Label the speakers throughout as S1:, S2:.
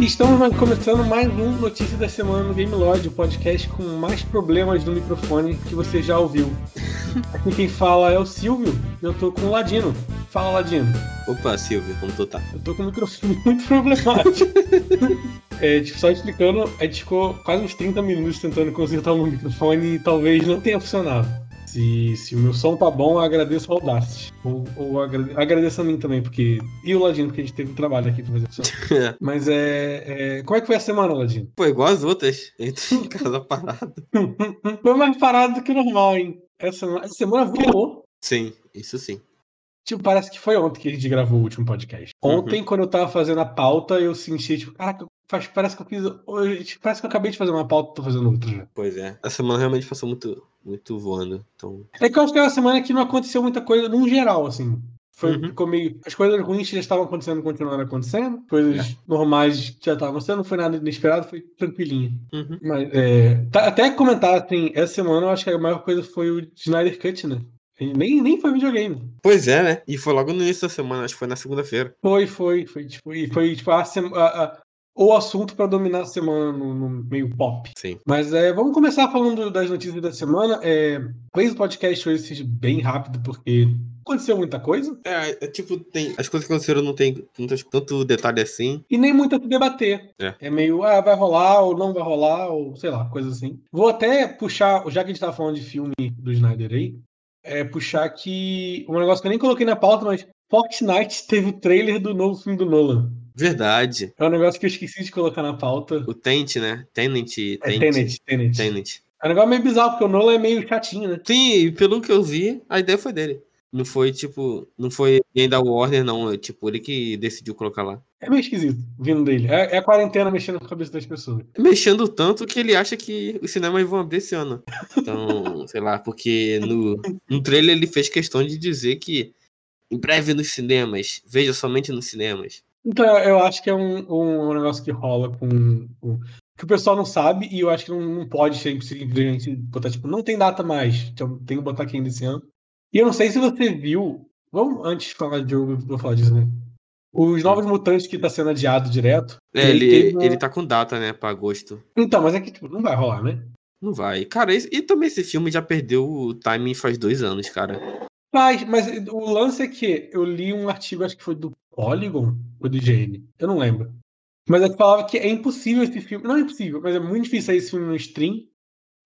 S1: Estamos começando mais um Notícia da Semana no Game Lodge, o podcast com mais problemas no microfone que você já ouviu. Aqui quem fala é o Silvio e eu tô com o Ladino. Fala, Ladino.
S2: Opa, Silvio, como tu tá?
S1: Eu tô com um microfone muito problemático. É, tipo, só explicando, a gente ficou quase uns 30 minutos tentando consertar o microfone e talvez não tenha funcionado. Se, se o meu som tá bom, eu agradeço ao Audacity. Ou, ou agrade- agradeço a mim também, porque. E o Ladino, porque a gente teve um trabalho aqui pra fazer funcionar. Mas é, é. Como é que foi a semana, Ladino?
S2: Pô, igual as outras. A gente em casa parado.
S1: Foi mais parado do que o normal, hein? Essa semana, essa semana voou.
S2: Sim, isso sim.
S1: Tipo, parece que foi ontem que a gente gravou o último podcast. Ontem, quando eu tava fazendo a pauta, eu senti, tipo, caraca, faz- parece que eu fiz. hoje- tipo, Parece que eu acabei de fazer uma pauta e tô fazendo outra já.
S2: Pois é. A semana realmente passou muito, muito voando. Então,
S1: É que eu acho que é uma semana que não aconteceu muita coisa, num geral, assim. Foi,
S2: Uhum.
S1: ficou meio. As coisas ruins que já estavam acontecendo, continuaram acontecendo. Coisas normais que já estavam acontecendo, não foi nada inesperado, foi tranquilinho.
S2: uhum.
S1: Mas, é, tá- até comentar, assim, essa semana eu acho que a maior coisa foi o Snyder Cut, né? E nem, nem foi videogame.
S2: Pois é, né? E foi logo no início da semana, acho que foi na segunda-feira.
S1: Foi, foi, foi, tipo, e foi tipo, a, sema- a- a- o assunto pra dominar a semana no, no meio pop.
S2: Sim.
S1: Mas é, vamos começar falando das notícias da semana. É, talvez o podcast hoje seja bem rápido, porque aconteceu muita coisa.
S2: É, é tipo, tem. As coisas que aconteceram não tem tantas- tanto detalhe assim.
S1: e nem muito a se debater.
S2: É.
S1: meio, ah, vai rolar ou não vai rolar, ou sei lá, coisa assim. Vou até puxar, já que a gente tá falando de filme do Snyder aí, é puxar que. Um negócio que eu nem coloquei na pauta, mas Fortnite teve o trailer do novo filme do Nolan.
S2: Verdade.
S1: É um negócio que eu esqueci de colocar na pauta.
S2: O Tent, né? Tenant. Tenant.
S1: É Tenet, Tenet.
S2: Tenet.
S1: É um negócio meio bizarro, porque o Nolan é meio chatinho, né?
S2: Sim, e pelo que eu vi, a ideia foi dele. Não foi, tipo, não foi ninguém da Warner, não. É, tipo, ele que decidiu colocar lá.
S1: É meio esquisito vindo dele. É, é a quarentena mexendo com a cabeça das pessoas.
S2: mexendo tanto que ele acha que os cinemas vão abrir esse ano. Então, sei lá, porque no, no trailer ele fez questão de dizer que em breve nos cinemas, veja somente nos cinemas.
S1: Então, eu eu acho que é um, um, um negócio que rola com, com- que o pessoal não sabe e eu acho que não, não pode sempre simplesmente botar, tipo, não tem data mais, então tem que botar aqui ainda esse ano. E eu não sei se você viu, vamos antes de falar de jogo, vou falar disso, né? Os Novos Mutantes que tá sendo adiado direto.
S2: É, ele,
S1: teve uma-
S2: ele tá com data, né, pra agosto.
S1: Então, mas é que tipo, não vai rolar, né?
S2: Não vai. Cara, esse- e também esse filme já perdeu o timing faz dois anos, cara.
S1: Mas, mas o lance é que eu li um artigo, acho que foi do Polygon ou do IGN, eu não lembro. Mas ele falava que é impossível esse filme. Não é impossível, mas é muito difícil sair esse filme no stream,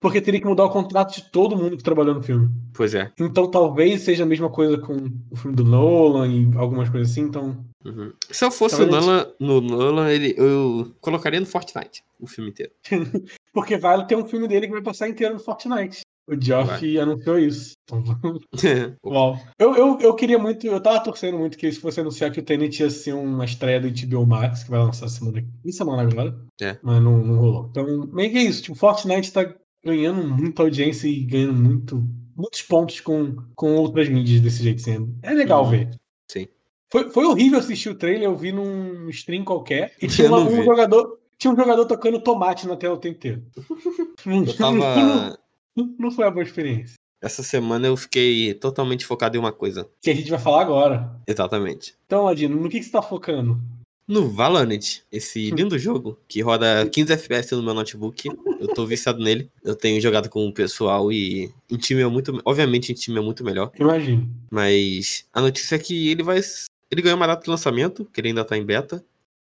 S1: porque teria que mudar o contrato de todo mundo que trabalhou no filme.
S2: Pois é.
S1: Então talvez seja a mesma coisa com o filme do Nolan e algumas coisas assim. Então,
S2: Uhum. Se eu fosse o
S1: Talvez-
S2: Nolan, no Nolan, ele, eu colocaria no Fortnite o filme inteiro.
S1: porque vai ter um filme dele que vai passar inteiro no Fortnite. O Geoff anunciou isso. Então, Uau. Eu, eu, eu queria muito, eu tava torcendo muito que se fosse anunciar que o Tenet ia ser uma estreia do HBO Max, que vai lançar semana, em semana agora.
S2: É.
S1: Mas não, não rolou. Então, meio que é isso. Tipo, Fortnite tá ganhando muita audiência e ganhando muito, muitos pontos com, com outras mídias desse jeito sendo. É legal
S2: Uhum.
S1: ver.
S2: Sim.
S1: Foi, foi horrível assistir o trailer, eu vi num stream qualquer e
S2: Eu
S1: tinha uma-
S2: não
S1: um
S2: vi.
S1: jogador. Tinha um jogador tocando tomate na tela o tempo inteiro. Não,
S2: Eu tava.
S1: não- não foi uma boa experiência.
S2: Essa semana eu fiquei totalmente focado em uma coisa.
S1: Que a gente vai falar agora.
S2: Exatamente.
S1: Então, Ladino, no que, que você tá focando?
S2: No Valorant, esse
S1: Hum.
S2: lindo jogo que roda 15 FPS no meu notebook, eu tô viciado nele. Eu tenho jogado com o pessoal e em time é muito, obviamente em time é muito melhor,
S1: Imagino.
S2: mas a notícia é que ele vai ele ganhou uma data de lançamento, que ele ainda tá em beta.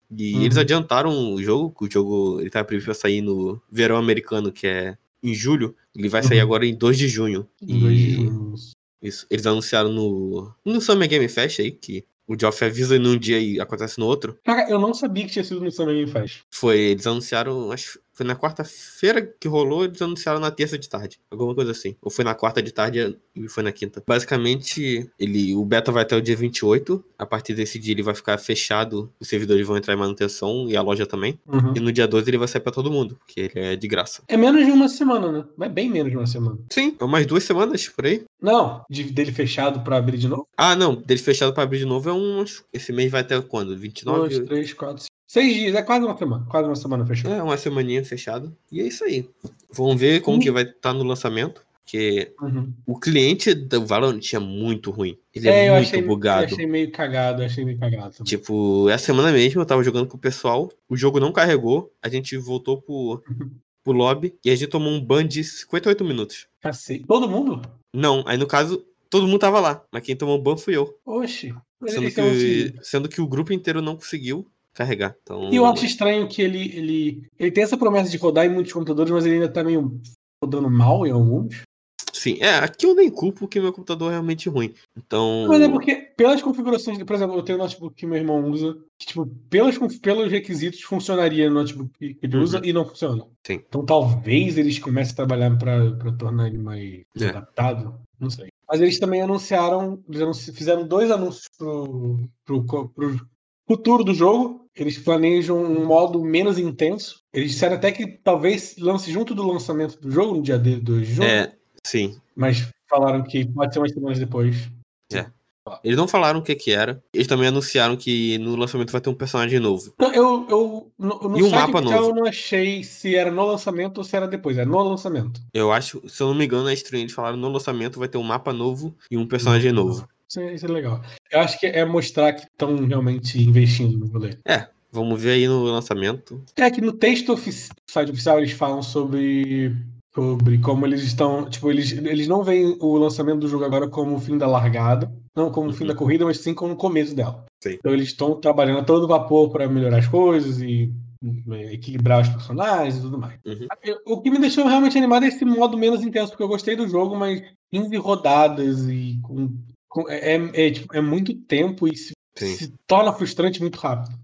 S2: E
S1: Uhum.
S2: eles adiantaram o jogo, que o jogo ele tá previsto pra sair no verão americano, que é em julho. Ele vai sair
S1: Uhum.
S2: agora em 2 de junho. E-
S1: Dois-
S2: isso. Eles anunciaram no, no Summer Game Fest aí, que o Geoff avisa num dia e acontece no outro.
S1: Cara, eu não sabia que tinha sido no Summer Game Fest.
S2: Foi, eles anunciaram, acho que foi na quarta-feira que rolou, eles anunciaram na terça de tarde, alguma coisa assim. Ou foi na quarta de tarde e foi na quinta. Basicamente, ele, o beta vai até o dia 28, a partir desse dia ele vai ficar fechado, os servidores vão entrar em manutenção e a loja também. E no dia 12 ele vai sair pra todo mundo, porque ele é de graça.
S1: É menos de uma semana, né? Mas bem menos de uma semana.
S2: Sim, é umas duas semanas por aí.
S1: Não, de- dele fechado pra abrir de novo?
S2: Ah, não, deles fechado pra abrir de novo é uns. Esse mês vai até quando?
S1: Dois,
S2: 29?
S1: três, quatro, cinco. Seis dias, é quase uma semana. Quase uma semana fechou.
S2: É, uma semaninha fechado. E é isso aí. Vamos ver como que vai estar no lançamento. Porque
S1: Uhum.
S2: o cliente do Valorant é muito ruim. Ele
S1: É,
S2: é,
S1: eu
S2: muito
S1: achei,
S2: bugado.
S1: eu achei meio cagado, eu achei meio cagado. também.
S2: Tipo, essa semana mesmo eu tava jogando com o pessoal, o jogo não carregou, a gente voltou pro, pro lobby e a gente tomou um ban de 58 minutos.
S1: Cacete. Todo mundo?
S2: Não, aí no caso, todo mundo tava lá, mas quem tomou ban fui eu.
S1: Oxi.
S2: Sendo
S1: Esse é um
S2: que,
S1: time.
S2: sendo que o grupo inteiro não conseguiu carregar. Então,
S1: E eu acho estranho que ele, ele. Ele tem essa promessa de rodar em muitos computadores, mas ele ainda tá meio rodando mal em alguns.
S2: sim, é, aqui eu nem culpo porque meu computador é realmente ruim. Então,
S1: Mas é porque, pelas configurações, por exemplo, eu tenho um notebook que meu irmão usa, que, tipo, pelas, conf- pelos requisitos, funcionaria no notebook que ele
S2: Uhum.
S1: usa e não funciona.
S2: Sim.
S1: Então talvez eles comecem a trabalhar pra pra tornar ele mais
S2: É.
S1: adaptado, não sei. Mas eles também anunciaram, eles anunci- fizeram dois anúncios pro, pro, co- pro futuro do jogo. Eles planejam um modo menos intenso. Eles disseram até que talvez lance junto do lançamento do jogo, no dia 2 de junho,
S2: é, sim,
S1: mas falaram que pode ser umas semanas depois.
S2: Eles não falaram o que que era. Eles também anunciaram que no lançamento vai ter um personagem novo.
S1: Não, eu, eu no, no
S2: E um
S1: site
S2: mapa
S1: oficial
S2: novo.
S1: eu não achei se era no lançamento ou se era depois. É no lançamento.
S2: Eu acho, se eu não me engano, na stream eles falaram no lançamento vai ter um mapa novo e um personagem novo.
S1: Isso é, isso é legal. Eu acho que é mostrar que estão realmente investindo no rolê.
S2: Vamos ver aí no lançamento.
S1: É que no texto ofici- do site oficial eles falam sobre, sobre como eles estão. Tipo, eles, eles não veem o lançamento do jogo agora como o fim da largada, não como o fim
S2: Uhum.
S1: da corrida, mas sim como o começo dela.
S2: Sim.
S1: Então eles estão trabalhando a todo vapor para melhorar as coisas e eh, equilibrar os personagens e tudo mais.
S2: Uhum.
S1: Eu- O que me deixou realmente animado é esse modo menos intenso, porque eu gostei do jogo, mas 15 rodadas e com, com- é, é, é, tipo, é muito tempo e se,
S2: Sim.
S1: se torna frustrante muito rápido.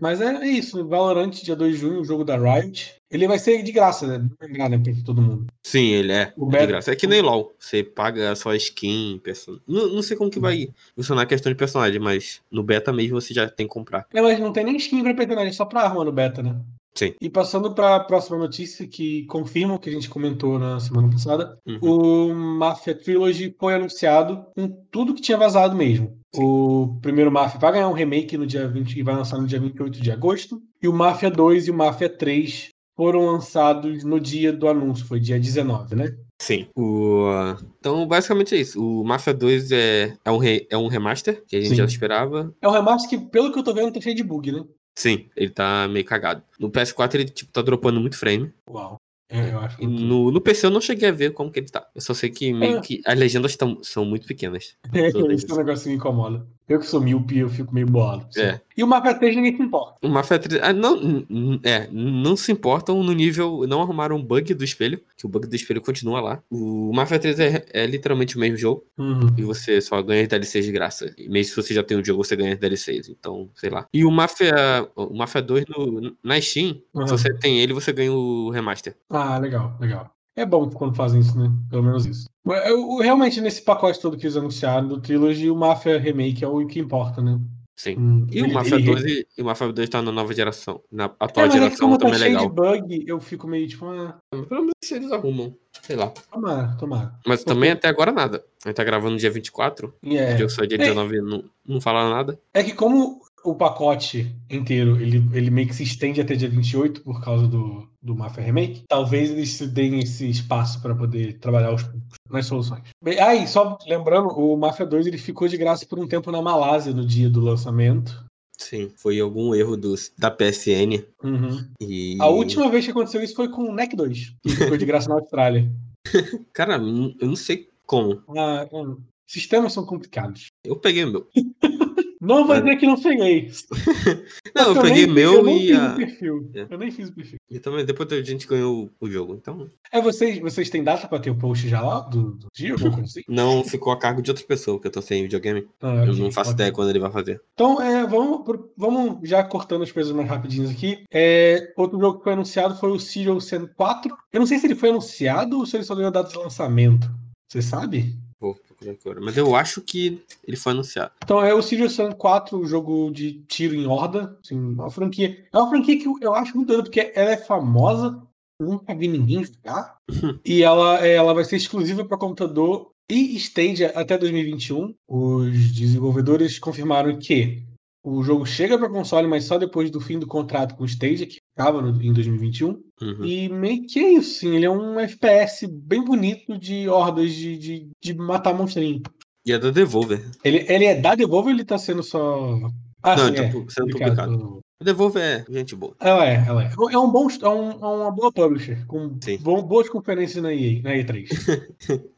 S1: Mas é, é isso, Valorant, dia 2 de junho, o jogo da Riot. Ele vai ser de graça, né? Não lembrar, né? Pra todo mundo.
S2: Sim, ele é.
S1: O
S2: É de
S1: Beto-
S2: graça. É que nem LOL. Você paga só skin, person... não, não sei como que vai funcionar a questão de personagem, mas no beta mesmo você já tem que comprar.
S1: É, mas não tem nem skin pra personagem, só pra arma no beta, né?
S2: Sim.
S1: E passando pra próxima notícia, que confirma o que a gente comentou na semana passada,
S2: Uhum.
S1: o Mafia Trilogy foi anunciado com tudo que tinha vazado mesmo. O primeiro Mafia vai ganhar um remake no dia 20 e vai lançar no dia 28 de agosto. E o Mafia 2 e o Mafia 3 foram lançados no dia do anúncio, foi dia 19, né?
S2: Sim. O, ah, Então, basicamente é isso. O Mafia 2 é, é, um, re- é um remaster, que a gente
S1: Sim.
S2: já esperava.
S1: É um remaster que, pelo que eu tô vendo, tá cheio de bug, né?
S2: Sim, ele tá meio cagado. No PS4 ele tipo, tá dropando muito frame.
S1: Uau. É, eu acho
S2: E
S1: muito-
S2: no, no PC eu não cheguei a ver como que ele tá. Eu só sei que meio
S1: É.
S2: que as legendas tão, são muito pequenas.
S1: É,
S2: tudo
S1: Esse é um
S2: isso.
S1: negócio que me incomoda. Eu que sou míope, eu fico meio bolado.
S2: É.
S1: E o mapa 3 ninguém se importa.
S2: O Mafia 3. Ah, não, n- n- é, não se importam no nível. Não arrumaram um bug do espelho, que o bug do espelho continua lá. O Mafia 3 é, é literalmente o mesmo jogo.
S1: Uhum.
S2: E você só ganha as DLCs de graça. E mesmo se você já tem o jogo, você ganha as DLCs. Então, sei lá. E o Mafia. O Mafia 2 no, na Steam,
S1: Uhum.
S2: se você tem ele, você ganha o remaster.
S1: Ah, legal, legal. É bom quando fazem isso, né? Pelo menos isso. Mas eu- realmente, nesse pacote todo que eles anunciaram do Trilogy, o Mafia Remake é o que importa, né?
S2: Sim.
S1: Hum,
S2: E o
S1: ele-
S2: Mafia
S1: ele-
S2: 2 e, e o Mafia 2 tá na nova geração. Na
S1: É, mas
S2: atual
S1: é que
S2: geração
S1: como tá
S2: também é
S1: cheio
S2: legal.
S1: de bug, eu fico meio tipo, ah,
S2: Pelo menos se eles arrumam. Sei lá.
S1: tomara, tomara.
S2: Mas também até agora nada. A gente tá gravando dia 24.
S1: E
S2: O
S1: é-
S2: jogo saiu dia
S1: É.
S2: 19 e não, não falaram nada.
S1: É que como o pacote inteiro, ele, ele meio que se estende até dia 28 por causa do, do Mafia Remake, talvez eles se deem esse espaço para poder trabalhar os, nas soluções. Bem, Ah, e só lembrando, o Mafia 2 ele ficou de graça por um tempo na Malásia no dia do lançamento.
S2: Sim. Foi algum erro do, da PSN.
S1: Uhum.
S2: E.
S1: A última vez que aconteceu isso foi com o NEC 2, que ficou de graça na Austrália.
S2: Cara, eu não sei como.
S1: Ah, hum, sistemas são complicados.
S2: Eu peguei o meu.
S1: Não vou dizer que não peguei.
S2: Não, eu
S1: Porque
S2: peguei
S1: nem-
S2: meu
S1: nem
S2: e
S1: fiz
S2: a.
S1: o perfil.
S2: É.
S1: Eu nem fiz o perfil.
S2: E também depois a gente ganhou o jogo. Então.
S1: É, vocês, vocês têm data pra ter o post já lá do, do dia, alguma coisa assim?
S2: Não ficou a cargo de outra pessoa, porque eu tô sem videogame.
S1: Ah,
S2: Eu
S1: ok,
S2: não faço
S1: ok.
S2: ideia quando ele vai fazer.
S1: Então, é, vamos, pro- vamos já cortando as coisas mais rapidinhas aqui. É, outro jogo que foi anunciado foi o Serial Sam 4. Eu não sei se ele foi anunciado ou se ele só deu a data de lançamento. Você sabe?
S2: Vou procurar agora. Mas eu acho que ele foi anunciado.
S1: Então, é o Serial Sam 4, o jogo de tiro em horda. Assim, uma franquia. É uma franquia que eu, eu acho muito doida, porque ela é famosa. Nunca vi ninguém jogar. e ela, é, ela vai ser exclusiva para computador e estende até 2021. Os desenvolvedores um. confirmaram que O jogo chega para console, mas só depois do fim do contrato com o Stadia, que acaba no- em 2021.
S2: Uhum.
S1: E meio que é isso, sim. Ele é um FPS bem bonito de hordas de, de, de matar monstrinho.
S2: E é da Devolver.
S1: Ele, ele é da Devolver ou ele tá sendo só. Ah,
S2: não,
S1: sim,
S2: tá
S1: é.
S2: pu- sendo
S1: Publicado
S2: publicado.
S1: pelo-
S2: A Devolver é gente boa.
S1: Ela é, ela é. É um bom, é, um- é uma boa publisher, com
S2: Sim.
S1: bo- boas conferências na, EA, na E3.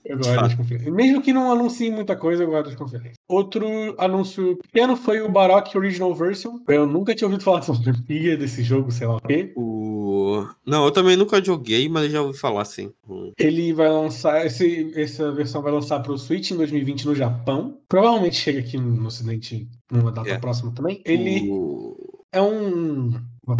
S1: Eu gosto das
S2: fato.
S1: conferências. Mesmo que não anuncie muita coisa, eu gosto das conferências. Outro anúncio pequeno foi o Baroque Original Version. Eu nunca tinha ouvido falar dessa franquia desse jogo, sei lá o quê.
S2: O... Não, eu também nunca joguei, mas eu já ouvi falar assim. Hum.
S1: Ele vai lançar, esse, essa versão vai lançar para o Switch em 2020 no Japão. Provavelmente chega aqui no Ocidente numa data
S2: É.
S1: próxima também. Ele
S2: O-
S1: é um.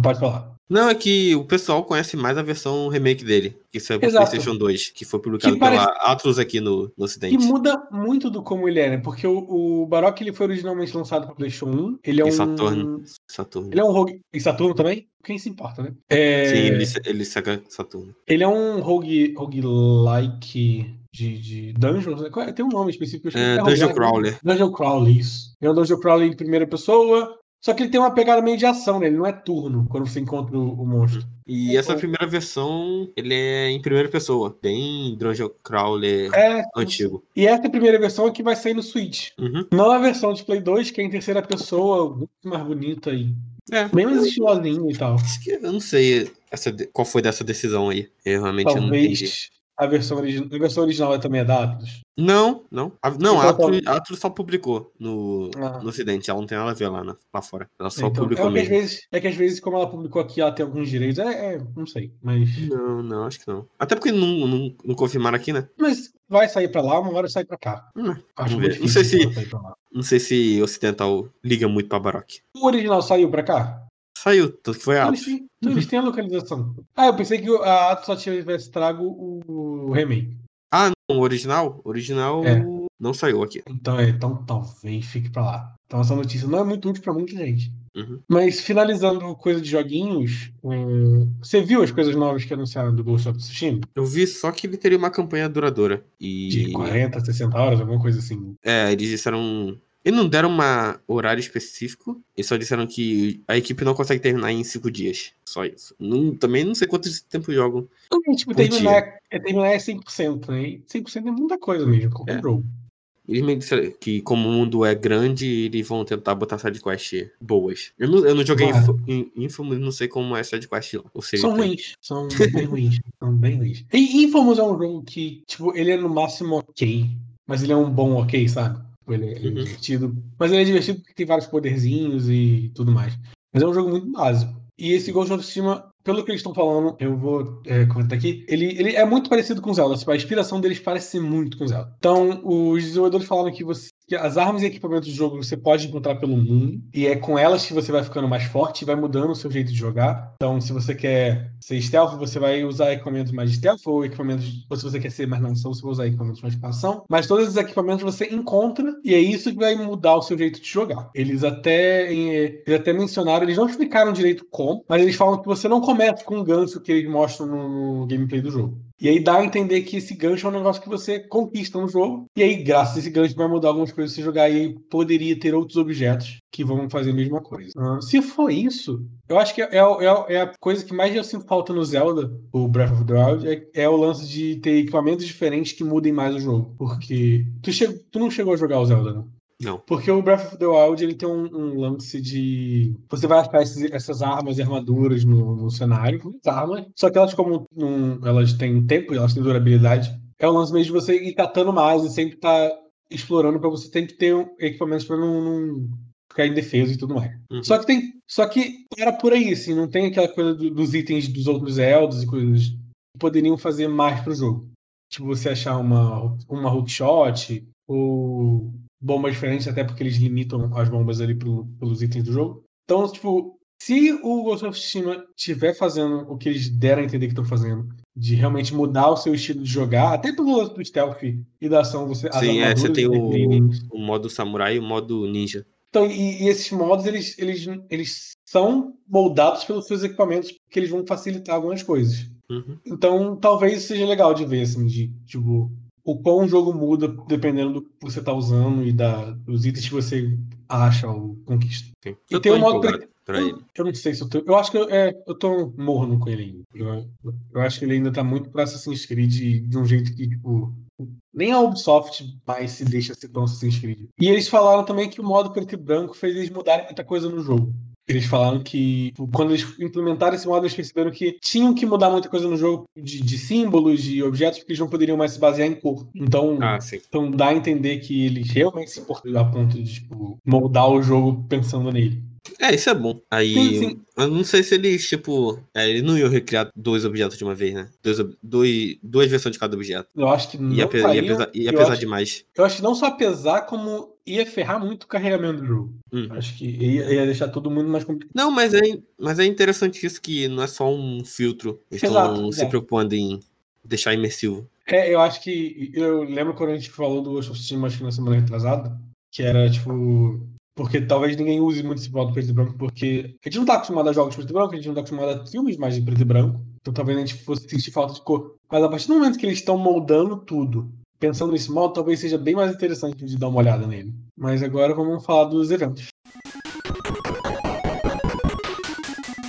S1: Pode falar.
S2: Não, é que o pessoal conhece mais a versão remake dele, que saiu pro
S1: Exato.
S2: PlayStation 2, que foi publicado
S1: Que parece-
S2: pela Atlus aqui no, no Ocidente.
S1: Que muda muito do como ele é, né? Porque o, o Baroque ele foi originalmente lançado para PlayStation 1. Ele é
S2: E
S1: um.
S2: Saturno. Saturno.
S1: Ele é um rogue. E Saturno também? Quem se importa, né? É,
S2: Sim, ele, ele saca Saturno.
S1: Ele é um rogue, roguelike de, de dungeons, né? Qual é? Tem um nome específico. eu esqueci.
S2: É,
S1: roguelike,
S2: Dungeon
S1: né?
S2: Crawler.
S1: Dungeon Crawler, isso. Ele é um Dungeon Crawler em primeira pessoa. Só que ele tem uma pegada meio de ação, né? Ele não é turno quando você encontra o, o monstro.
S2: E
S1: um
S2: essa primeira versão, ele é em primeira pessoa. Bem Dungeon Crawler
S1: É.
S2: antigo.
S1: E essa primeira versão é que vai sair no Switch.
S2: Uhum.
S1: Não a versão de Play 2, que é em terceira pessoa, muito mais bonita e
S2: É.
S1: bem mais estilosinho e tal.
S2: Acho que eu não sei essa de- qual foi dessa decisão aí. Eu realmente não entendi.
S1: Talvez a versão, origi- a versão original é também é da Atlus.
S2: Não, não. A, não, a
S1: Então,
S2: Atlus, a Atlus só publicou no,
S1: Ah.
S2: no Ocidente. Ela não tem nada a ver lá, na- lá fora. Ela só
S1: Então,
S2: publicou
S1: é, que às
S2: mesmo.
S1: vezes, é que às vezes, como ela publicou aqui, ela tem alguns direitos. É, é, não sei. Mas,
S2: Não, não, acho que não. Até porque não, não, não confirmaram aqui, né?
S1: mas vai sair pra lá, uma hora sai pra cá.
S2: Hum,
S1: Acho
S2: vamos
S1: muito
S2: ver. Não sei
S1: difícil
S2: se-
S1: ela sair pra lá.
S2: Não sei se Ocidental liga muito pra Baroque.
S1: O original saiu pra cá?
S2: Saiu, tanto que foi a
S1: Eles
S2: Atlus.
S1: têm, então eles têm a localização. Ah, eu pensei que a Atos só tivesse trago o remake.
S2: Ah, não, o original? O original
S1: É.
S2: não saiu aqui.
S1: Então, é, então talvez fique pra lá. Então essa notícia não é muito útil pra muita gente.
S2: Uhum.
S1: Mas finalizando coisa de joguinhos, hum, você viu as coisas novas que anunciaram do Ghost of Tsushima?
S2: Eu vi só que ele teria uma campanha duradoura.
S1: De
S2: E.
S1: 40, 60 horas, alguma coisa assim.
S2: É, eles disseram. Eles não deram uma horário específico, eles só disseram que a equipe não consegue terminar em cinco dias. Só isso. Não- também não sei quantos tempo jogam.
S1: Então, tipo,
S2: Curtia.
S1: terminar é, terminar é 100%, né? E 100% é muita coisa mesmo, qualquer
S2: É.
S1: jogo.
S2: Eles me disseram que, como o mundo é grande, eles vão tentar botar sidequests boas. Eu não, eu não joguei
S1: Claro.
S2: Info- in- Infamous, não sei como é sidequest lá. Ou seja,
S1: São
S2: tem-
S1: ruins, são bem ruins, são bem ruins. E Infamous é um jogo que, tipo, ele é no máximo ok, mas ele é um bom ok, sabe? Tipo, Ele é, ele é
S2: Uhum.
S1: divertido, mas ele é divertido porque tem vários poderzinhos e tudo mais. Mas é um jogo muito básico. E esse Ghost of Tsushima, pelo que eles estão falando, eu vou é, comentar aqui, ele, ele é muito parecido com Zelda, tipo, a inspiração deles parece ser muito com Zelda. Então, os desenvolvedores falaram que você que as armas e equipamentos do jogo você pode encontrar pelo mundo, e é com elas que você vai ficando mais forte e vai mudando o seu jeito de jogar. Então, se você quer ser stealth, você vai usar equipamentos mais de stealth, ou equipamentos. Ou se você quer ser mais na ação, você vai usar equipamentos mais para ação. Mas todos esses equipamentos você encontra, e é isso que vai mudar o seu jeito de jogar. Eles até, eh, eles até mencionaram, eles não explicaram direito como, mas eles falam que você não começa com um gancho que eles mostram no- no gameplay do jogo. E aí dá a entender que esse gancho é um negócio que você conquista no jogo. E aí, graças a esse gancho, vai mudar algumas coisas se jogar. E aí poderia ter outros objetos que vão fazer a mesma coisa. Ah, se for isso, eu acho que é, é- é a coisa que mais eu sinto falta no Zelda, o Breath of the Wild, é, é o lance de ter equipamentos diferentes que mudem mais o jogo. Porque. Tu, che- tu não chegou a jogar o Zelda, não?
S2: Não.
S1: Porque o Breath of the Wild ele tem um, um lance de. Você vai achar esses- essas armas e armaduras no, no cenário, muitas armas. Só que elas, como não- elas têm tempo e elas têm durabilidade, é um lance mesmo de você ir catando mais e sempre estar explorando pra você sempre ter um- equipamentos pra não, não ficar indefeso e tudo mais.
S2: Uhum.
S1: Só que tem. Só que para por aí, assim, não tem aquela coisa do- dos itens dos outros Eldos e coisas que poderiam fazer mais pro jogo. Tipo, você achar uma, uma hookshot ou bombas diferentes, até porque eles limitam as bombas ali pelo- pelos itens do jogo. Então, tipo, se o Ghost of Tsushima estiver fazendo o que eles deram a entender que estão fazendo, de realmente mudar o seu estilo de jogar, até pelo lance do stealth e da ação, você, as
S2: Sim, é,
S1: armaduras
S2: você
S1: né,
S2: tem
S1: e
S2: o-
S1: tecniques-
S2: o modo samurai e o modo ninja.
S1: então, e, e esses modos, eles, eles, eles são moldados pelos seus equipamentos, porque eles vão facilitar algumas coisas.
S2: Uhum.
S1: Então, talvez seja legal de ver, assim, de, tipo, o quão o jogo muda dependendo do que você tá usando e da, dos itens que você acha ou conquista.
S2: Sim.
S1: E
S2: Eu
S1: tem
S2: tô
S1: um modo
S2: empolgado pra ele.
S1: Eu não sei se eu tô. Eu acho que eu, é, eu tô morno com ele ainda. Eu, eu acho que ele ainda tá muito pra Assassin's Creed de, de um jeito que, tipo. Nem a Ubisoft mais se deixa ser tão Assassin's Creed. E eles falaram também que o modo preto e branco fez eles mudarem muita coisa no jogo. Eles falaram que tipo, quando eles implementaram esse modo, eles perceberam que tinham que mudar muita coisa no jogo de, de símbolos, de objetos, porque eles não poderiam mais se basear em cor. Então,
S2: Ah, sim.
S1: então dá a entender que eles realmente se importaram a ponto de tipo, moldar o jogo pensando nele.
S2: É, isso é bom. Aí,
S1: Sim, sim.
S2: eu não sei se eles, tipo... É, eles não iam recriar dois objetos de uma vez, né? Dois, ob- dois, duas versões de cada objeto.
S1: Eu acho que não
S2: Ia, pe- ia
S1: fariam,
S2: pesar, ia
S1: eu
S2: pesar
S1: acho-
S2: demais.
S1: Eu acho que não só pesar, como ia ferrar muito o carregamento do jogo.
S2: Hum.
S1: Acho que ia, ia deixar todo mundo mais complicado.
S2: Não, mas é, mas é interessante isso que não é só um filtro. Eles estão
S1: Exato,
S2: se
S1: é.
S2: preocupando em deixar imersivo.
S1: É, eu acho que. Eu lembro quando a gente falou do Ghost of Tsushima, acho que na semana retrasada, que era tipo. Porque talvez ninguém use muito esse modo preto e branco, porque a gente não tá acostumado a jogos preto e branco, a gente não tá acostumado a filmes mais de preto e branco, então talvez a gente fosse sentir falta de cor. Mas a partir do momento que eles estão moldando tudo, pensando nesse modo, talvez seja bem mais interessante de dar uma olhada nele. Mas agora vamos falar dos eventos.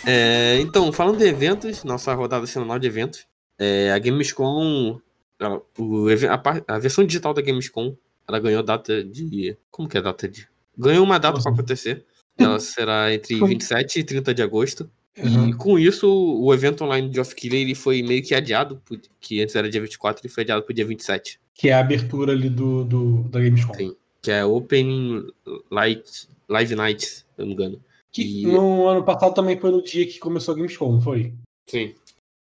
S2: É, então, falando de eventos, nossa rodada semanal de eventos, é, a Gamescom, a, o eve- a par- a versão digital da Gamescom, ela ganhou data de. Como que é a data de? Ganhou uma data
S1: Nossa.
S2: para acontecer. Ela será entre 27 e 30 de agosto. E
S1: Uhum.
S2: com isso, o evento online de Off Killer ele foi meio que adiado, pro- que antes era dia 24 e foi adiado para o dia 27.
S1: Que é a abertura ali do, do da Gamescom.
S2: Sim. Que é Open Light, Live Night, se eu não me engano.
S1: Que
S2: E-
S1: no ano passado também foi no dia que começou a Gamescom, não foi?
S2: Sim.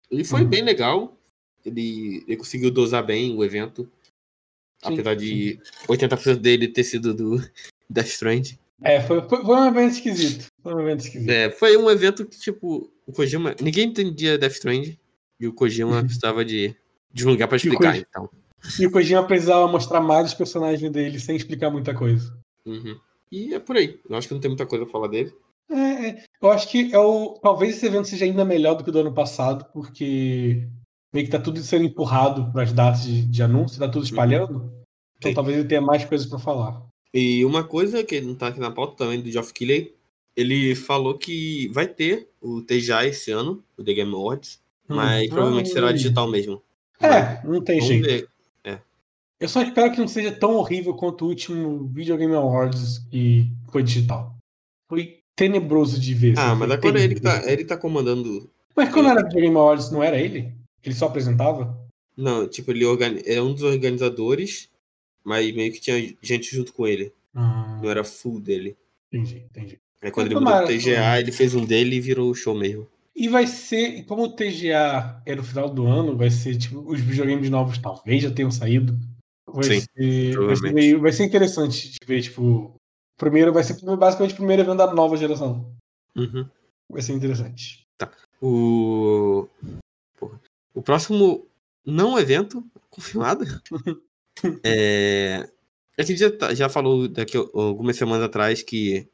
S2: Ele foi
S1: Uhum.
S2: bem legal. Ele, ele conseguiu dosar bem o evento.
S1: Sim,
S2: apesar de 80% dele ter sido do Death Strand.
S1: É, foi, foi, foi um evento esquisito. Foi um evento esquisito.
S2: É, foi um evento que, tipo, o Kojima. Ninguém entendia Death Strand. E o Kojima precisava de, de um lugar pra
S1: Que
S2: explicar,
S1: Uhum. coisa.
S2: então.
S1: E o Kojima precisava mostrar mais os personagens dele sem explicar muita coisa.
S2: Uhum. E é por aí. Eu acho que não tem muita coisa pra falar dele.
S1: É, é. eu acho que é o, talvez esse evento seja ainda melhor do que o do ano passado, porque meio que tá tudo sendo empurrado para as datas de, de anúncio, tá tudo espalhando. Então
S2: Uhum. Sim.
S1: talvez ele tenha mais coisas para falar.
S2: E uma coisa que não tá aqui na pauta também do Geoff Keighley, ele falou que vai ter o TGA esse ano, o The Game Awards, mas
S1: Hum.
S2: provavelmente será digital mesmo.
S1: É, não tem
S2: Vamos
S1: jeito.
S2: ver.
S1: Eu só espero que não seja tão horrível quanto o último Video Game Awards que foi digital. Foi tenebroso de ver.
S2: Ah,
S1: assim,
S2: mas
S1: foi
S2: agora ele que tá,
S1: terrível.
S2: ele tá comandando
S1: Mas quando era Video Game Awards, não era ele? Ele só apresentava?
S2: Não, tipo, ele organi- é um dos organizadores, mas meio que tinha gente junto com ele.
S1: Ah,
S2: Não era full dele.
S1: entendi, entendi.
S2: Aí quando ele mudou
S1: Tomara,
S2: pro TGA, ele fez um dele e virou o show mesmo.
S1: E vai ser, como o TGA era o final do ano, vai ser tipo, os videogames novos talvez já tenham saído. Vai
S2: Sim,
S1: ser, vai ser,
S2: provavelmente.
S1: meio- vai ser interessante de ver, tipo, primeiro vai ser basicamente o primeiro evento da nova geração.
S2: Uhum.
S1: Vai ser interessante.
S2: O. Porra. O próximo não evento, confirmado. é. A gente já, tá- já falou daqui a- algumas semanas atrás que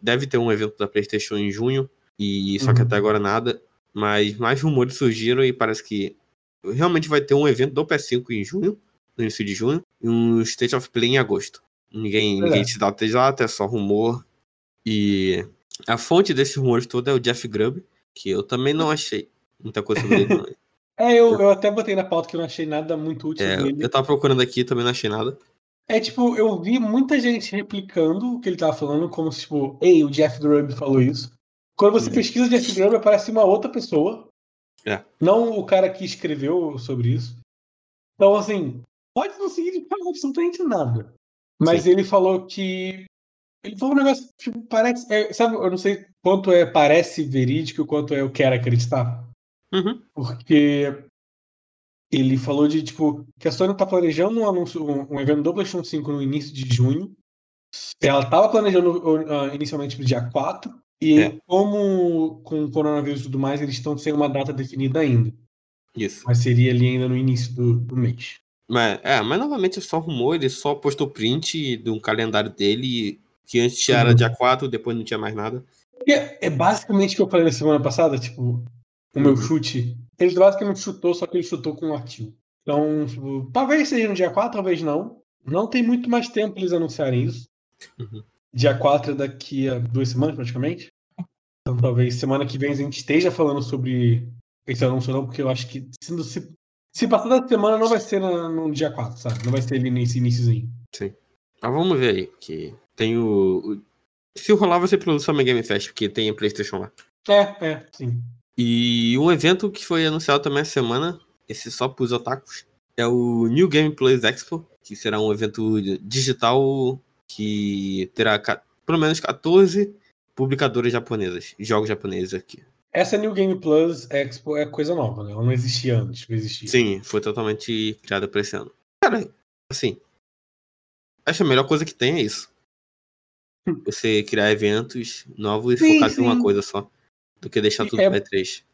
S2: deve ter um evento da PlayStation em junho, e só que
S1: Uhum.
S2: até agora nada. Mas mais rumores surgiram e parece que realmente vai ter um evento do PS5 em junho, no início de junho, e um State of Play em agosto. Ninguém,
S1: É.
S2: ninguém se dá data, é só rumor. E a fonte desses rumores todo é o Jeff Grubb, que eu também não achei muita coisa sobre ele. não.
S1: É, eu, eu até botei na pauta que eu não achei nada muito útil
S2: É,
S1: dele.
S2: eu tava procurando aqui também não achei nada.
S1: É tipo, eu vi muita gente replicando o que ele tava falando, como se, tipo, ei, o Jeff Grubb falou isso. Quando você
S2: Hum.
S1: pesquisa o Jeff Grubb, aparece uma outra pessoa.
S2: É.
S1: Não o cara que escreveu sobre isso. Então, assim, pode não significar absolutamente nada. Mas ele falou que. Ele falou um negócio, tipo, parece. é, sabe, eu não sei quanto é parece verídico, quanto é eu quero acreditar.
S2: Uhum.
S1: Porque ele falou de tipo que a Sony tá planejando um anúncio, um, um evento do PlayStation 5 no início de junho. Ela tava planejando o- ah, inicialmente pro dia 4 e
S2: É.
S1: como com o coronavírus e tudo mais, eles estão sem uma data definida ainda,
S2: Isso.
S1: mas seria ali ainda no início do, do mês.
S2: Mas, é, mas novamente é só rumor, ele só postou print de um calendário dele, que antes era
S1: Uhum.
S2: dia 4, depois não tinha mais nada.
S1: E é, é basicamente o que eu falei na semana passada, tipo, o meu
S2: Uhum.
S1: chute. Ele basicamente chutou, só que ele chutou com um artigo. Então, tipo, talvez seja no dia 4, talvez não. Não tem muito mais tempo eles anunciarem isso.
S2: Uhum.
S1: Dia 4 é daqui a duas semanas, praticamente. Então, talvez semana que vem a gente esteja falando sobre esse anúncio, não, porque eu acho que se, se, se passar da semana, não vai ser na- no dia 4, sabe? Não vai ser ali nesse iníciozinho.
S2: Mas vamos ver aí, que tem o. o- Se rolar, vai ser pelo Summer Game Fest, porque tem a PlayStation lá.
S1: É, é, sim.
S2: E um evento que foi anunciado também essa semana, esse só pros otakus, é o New Game Plus Expo, que será um evento digital que terá ca- pelo menos 14 publicadoras japonesas, jogos japoneses aqui.
S1: Essa New Game Plus Expo é coisa nova, né? Ela não existia antes, não existia.
S2: Sim, foi totalmente criada pra esse ano. Cara, assim, acho que a melhor coisa que tem é isso. Você criar eventos novos e
S1: Hum. Sim,
S2: focar em uma
S1: sim.
S2: coisa só, do que deixar
S1: E
S2: tudo
S1: é-
S2: pra E3.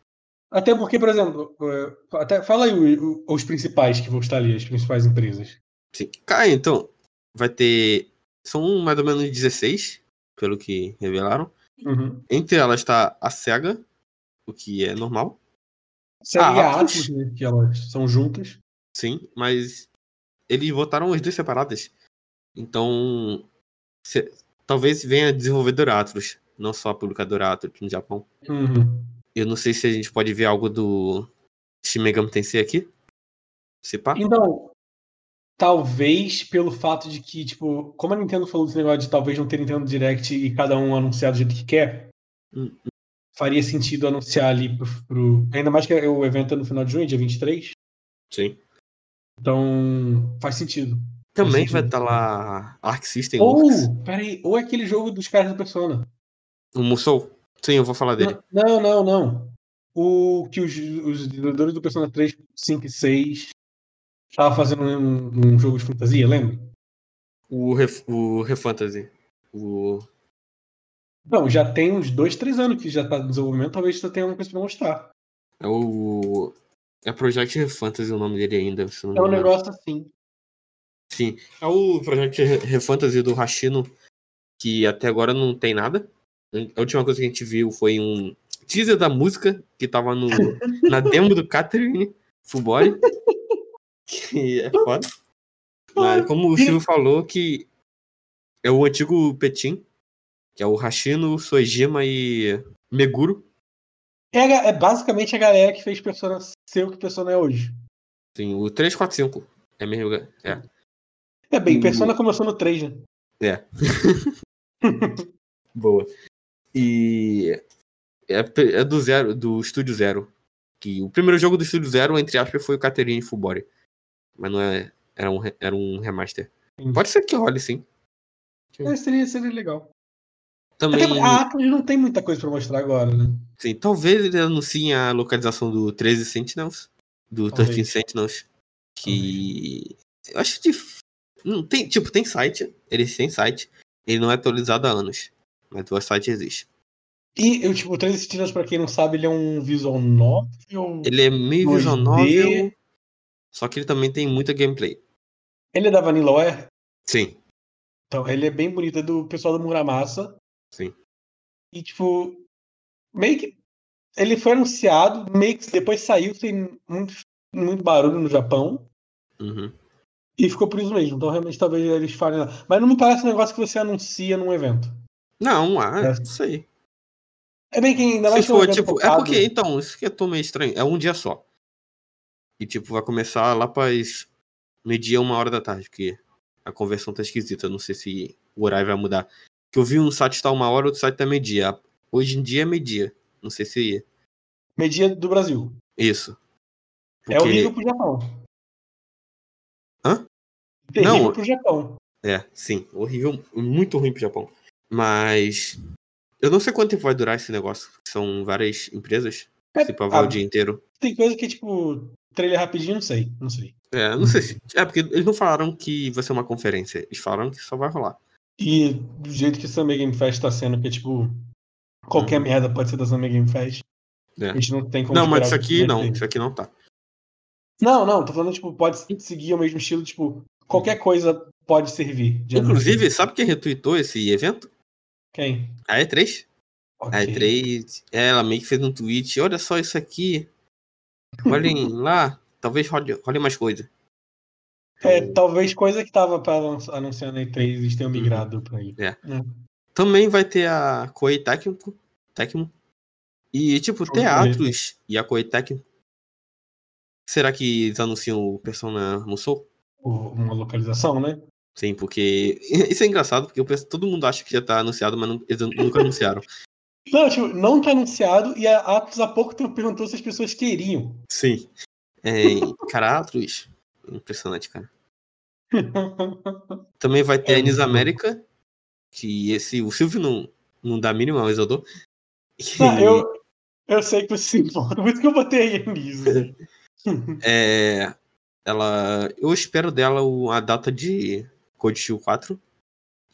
S1: Até porque, por exemplo, eh, até, fala aí o- o- os principais que vão estar ali, as principais empresas.
S2: Sim. Cara, então, vai ter. São mais ou menos 16, pelo que revelaram.
S1: Uhum.
S2: Entre elas tá a SEGA, o que é normal,
S1: Segue
S2: Ah,
S1: a Atlas, né, que elas são juntas.
S2: sim, mas eles botaram as duas separadas. Então, se- talvez venha a desenvolvedora Atlus, não só a publicadora Atlus no Japão.
S1: Uhum.
S2: Eu não sei se a gente pode ver algo do Shin Megami Tensei aqui. Se pá.
S1: Então, talvez pelo fato de que, tipo, como a Nintendo falou desse negócio de talvez não ter Nintendo Direct e cada um anunciar do jeito que quer,
S2: Hum,
S1: faria sentido anunciar ali pro, pro- Ainda mais que o evento é no final de junho, dia 23.
S2: Sim.
S1: Então, faz sentido.
S2: Também
S1: Faz
S2: vai
S1: sentido.
S2: estar lá Arc System Works,
S1: Ou, peraí, ou é aquele jogo dos caras do Persona.
S2: o Musou. Sim, eu vou falar dele.
S1: Não, não, não. O que os, os desenvolvedores do Persona 3, 5 e 6 estavam fazendo um, um jogo de fantasia, lembra?
S2: O, Ref, o Refantasy. O...
S1: Não, já tem uns 2, 3 anos que já está em desenvolvimento, talvez você tenha alguma coisa pra mostrar.
S2: É o. É Project Refantasy o nome dele ainda. Se não me
S1: É um
S2: engano.
S1: negócio assim.
S2: Sim. É o Project Re- Refantasy do Hashino, que até agora não tem nada. A última coisa que a gente viu foi um teaser da música que tava no, na demo do Catherine Fubori. Que é foda. Mas como o Silvio falou que é o antigo Petin, que é o Hashino, Soejima e Meguro.
S1: É, a ga- é basicamente a galera que fez Persona ser o que Persona é hoje.
S2: Tem o 345. É mesmo. É.
S1: É bem,
S2: Hum.
S1: Persona começou no 3, né?
S2: Boa. E é, pe- é do Zero, do Estúdio Zero. Que o primeiro jogo do Estúdio Zero, entre aspas, foi o Catherine Fubori. Mas não é. Era um, re- era um remaster.
S1: Entendi.
S2: Pode ser que role, sim. Uhum.
S1: É, seria, seria legal.
S2: Também.
S1: Até porque a Atlas não tem muita coisa pra mostrar agora, né?
S2: Sim, talvez ele anuncie a localização do 13 Sentinels. Do
S1: Talvez.
S2: 13 Sentinels. Que. Eu acho difícil. Não, tem, tipo, tem site. Eles têm site. Ele não é atualizado há anos. Mas o site existe.
S1: E eu, tipo, o 13 Sentinels, pra quem não sabe, ele é um visual novel.
S2: Ele é meio
S1: 2D.
S2: visual novel, só que ele também tem muita gameplay.
S1: Ele é da Vanillaware.
S2: Sim,
S1: Então, ele é bem bonito, é do pessoal do Muramasa.
S2: Sim.
S1: E, tipo, meio que. Ele foi anunciado, meio que depois saiu sem muito, muito barulho no Japão.
S2: uhum,
S1: E ficou por isso mesmo. Então, realmente, talvez eles falem. nada. Mas não me parece um negócio que você anuncia num evento.
S2: Não, ah,
S1: É.
S2: não sei.
S1: É bem que ainda mais
S2: Se
S1: que é um
S2: for,
S1: evento
S2: tipo, é
S1: focado-
S2: porque, então, isso que eu tô meio estranho. É um dia só. E, tipo, vai começar lá pras meio-dia, uma hora da tarde, porque a conversão tá esquisita. eu Não sei se o horário vai mudar. Que eu vi um site tá uma hora, outro site tá meio-dia. Hoje em dia é meio-dia. Não sei se. é
S1: Media do Brasil.
S2: Isso.
S1: É
S2: Porque-
S1: horrível pro Japão.
S2: Hã?
S1: Terrível
S2: Não.
S1: pro Japão.
S2: É, sim. Horrível, muito ruim pro Japão. Mas. Eu não sei quanto tempo vai durar esse negócio. São várias empresas.
S1: É,
S2: Se pavar
S1: ah,
S2: o dia inteiro.
S1: Tem coisa que, tipo, trailer rapidinho, não sei. Não sei.
S2: É, não sei se. É, porque eles não falaram que vai ser uma conferência. Eles falaram que só vai rolar.
S1: E do jeito que o Summer Game Fest tá sendo, que é tipo. Qualquer
S2: Uhum.
S1: merda pode ser da Summer Game Fest.
S2: É.
S1: A gente não tem como
S2: não, mas isso
S1: esperar o que
S2: aqui
S1: vai
S2: não.
S1: ter.
S2: Isso aqui não tá.
S1: Não, não, tô falando, tipo, pode seguir o mesmo estilo, tipo, qualquer coisa pode servir. de anúncio.
S2: Inclusive, sabe quem retweetou esse evento?
S1: Quem?
S2: A E3? A
S1: Ok.
S2: E3, ela meio que fez um tweet. Olha só isso aqui. Olhem lá. Talvez role, role mais coisa.
S1: É, talvez coisa que tava pra lançar- anunciar na E3 eles tenham
S2: Uhum.
S1: migrado pra aí.
S2: Também vai ter a Koei Tecmo. Tecmo. E, tipo,
S1: Show de
S2: teatros e a Koei Tecmo. Será que eles anunciam o Persona Musou?
S1: O- Uma localização, né?
S2: Sim, porque. Isso é engraçado, porque eu penso, todo mundo acha que já tá anunciado, mas não- eles nunca anunciaram.
S1: Não, tipo, não tá anunciado e a Atos há pouco tempo perguntou se as pessoas queriam.
S2: Sim. É, cara, Atlus. Impressionante, cara. Também vai ter
S1: É
S2: a Anis
S1: muito bom.
S2: América. Que esse. O Silvio não, não dá mínimo, mas eu dou.
S1: Não,
S2: E,
S1: eu, eu sei que você se importa, por isso que eu botei aí nisso.
S2: é, ela. Eu espero dela o- a data de Code Steel 4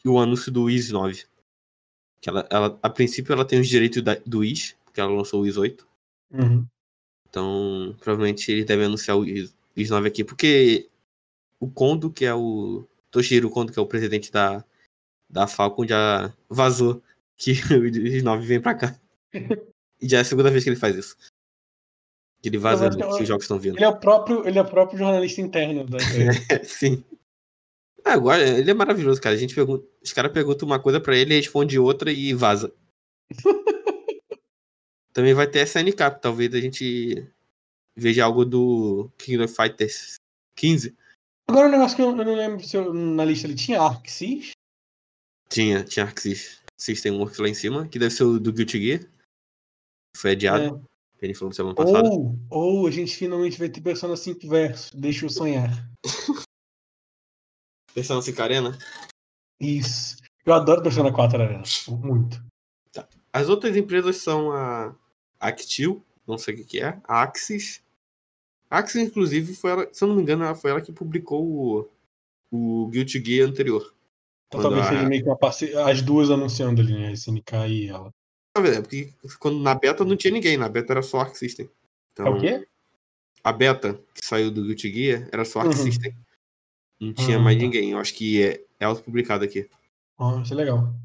S2: e o anúncio do Wiz 9. Que ela, ela, a princípio ela tem os direitos da- do Wiz, porque ela lançou o Wiz 8.
S1: Uhum.
S2: Então, provavelmente eles devem anunciar o Is 9 aqui, porque o Kondo, que é o. Toshiro Kondo, que é o presidente da, da Falcon, já vazou que o Is 9 vem pra cá. E já é a segunda vez que ele faz isso. Que ele vaza
S1: acho que
S2: que
S1: é o-
S2: os jogos estão vindo.
S1: Ele é o próprio, ele é o próprio jornalista interno da E3.
S2: É, sim. Ah, Agora, ele é maravilhoso, cara. A gente pergunta, os caras perguntam uma coisa pra ele, responde outra e vaza. Também vai ter SNK, talvez a gente veja algo do King of Fighters 15.
S1: Agora um negócio que eu, eu não lembro se eu- na lista ele tinha Arxis.
S2: Tinha, tinha Arc Sys- System Works lá em cima, que deve ser o do Guilty Gear. Foi adiado,
S1: né?
S2: ele falou semana passada.
S1: Ou, ou a gente finalmente vai ter Persona 5 Verso. Deixa eu sonhar.
S2: Pensando nessa arena.
S1: Isso. Eu adoro Persona 4 Arena. Muito.
S2: As outras empresas são a Actil, não sei o que, que é, a Axis. A Axis, inclusive, foi ela, se eu não me engano, ela foi ela que publicou o, o Guilty Gear anterior.
S1: Então,
S2: Quando
S1: talvez
S2: a-
S1: seja meio que uma parceria. As duas anunciando ali, né? SNK e ela.
S2: Ah, velho, Porque quando, na beta não tinha ninguém, na beta era só Arc System. Então,
S1: É o quê?
S2: A beta que saiu do Guilty Gear era só Arc
S1: Uhum.
S2: System. Não tinha
S1: Ah,
S2: mais
S1: tá.
S2: ninguém, eu acho que é, é autopublicado aqui.
S1: Ah, isso é legal.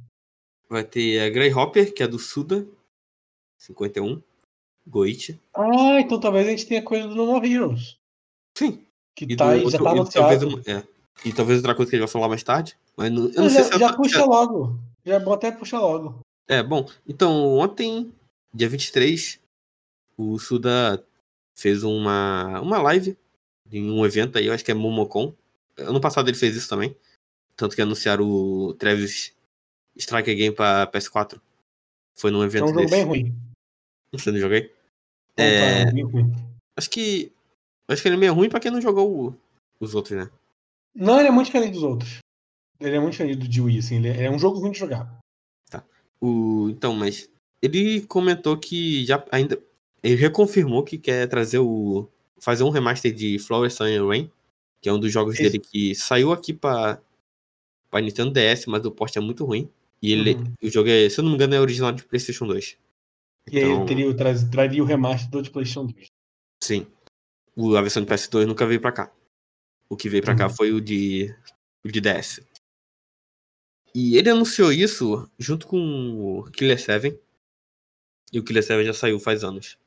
S2: Vai ter a Grey Hopper, que é do Suda, 51, Goichi.
S1: Ah, então talvez a gente tenha coisa do No More Heroes.
S2: Sim.
S1: Que
S2: E,
S1: tá,
S2: do
S1: aí, já
S2: outro-
S1: tá
S2: e talvez,
S1: anunciado.
S2: uma- é. E talvez outra coisa que ele vai falar mais tarde. Mas não- eu não
S1: Não,
S2: sei
S1: já
S2: se é
S1: já
S2: outra-
S1: puxa logo. Já é bom até puxar logo.
S2: é, é, bom. Então, ontem, dia 23, o Suda fez uma, uma live em um evento aí, eu acho que é Momocon. Ano passado ele fez isso também. Tanto que anunciaram o Travis Strike Game pra PS4. Foi num
S1: É
S2: evento
S1: um jogo
S2: desse.
S1: bem ruim.
S2: Você não joguei?
S1: Então,
S2: É.
S1: tá, bem ruim.
S2: Acho que. Acho que ele é meio ruim pra quem não jogou o- os outros, né?
S1: Não, ele é muito diferente dos outros. Ele é muito diferente do Dewey, assim. Ele é é um jogo ruim de jogar.
S2: O, então, mas ele comentou que já ainda ele reconfirmou que quer trazer o fazer um remaster de Flower Sun and Rain, que é um dos jogos
S1: Esse-
S2: dele que saiu aqui pra para Nintendo DS, mas o port é muito ruim. E ele
S1: Uhum.
S2: o jogo é, se eu não me engano, é original de PlayStation 2.
S1: E aí ele
S2: Então-
S1: teria, o- traz- traria o remaster do de PlayStation 2.
S2: Sim. O, a versão de PS2 nunca veio pra cá. O que veio pra cá
S1: Uhum.
S2: foi o de, o de DS. E ele anunciou isso junto com o Killer 7. E o Killer 7 já saiu faz anos.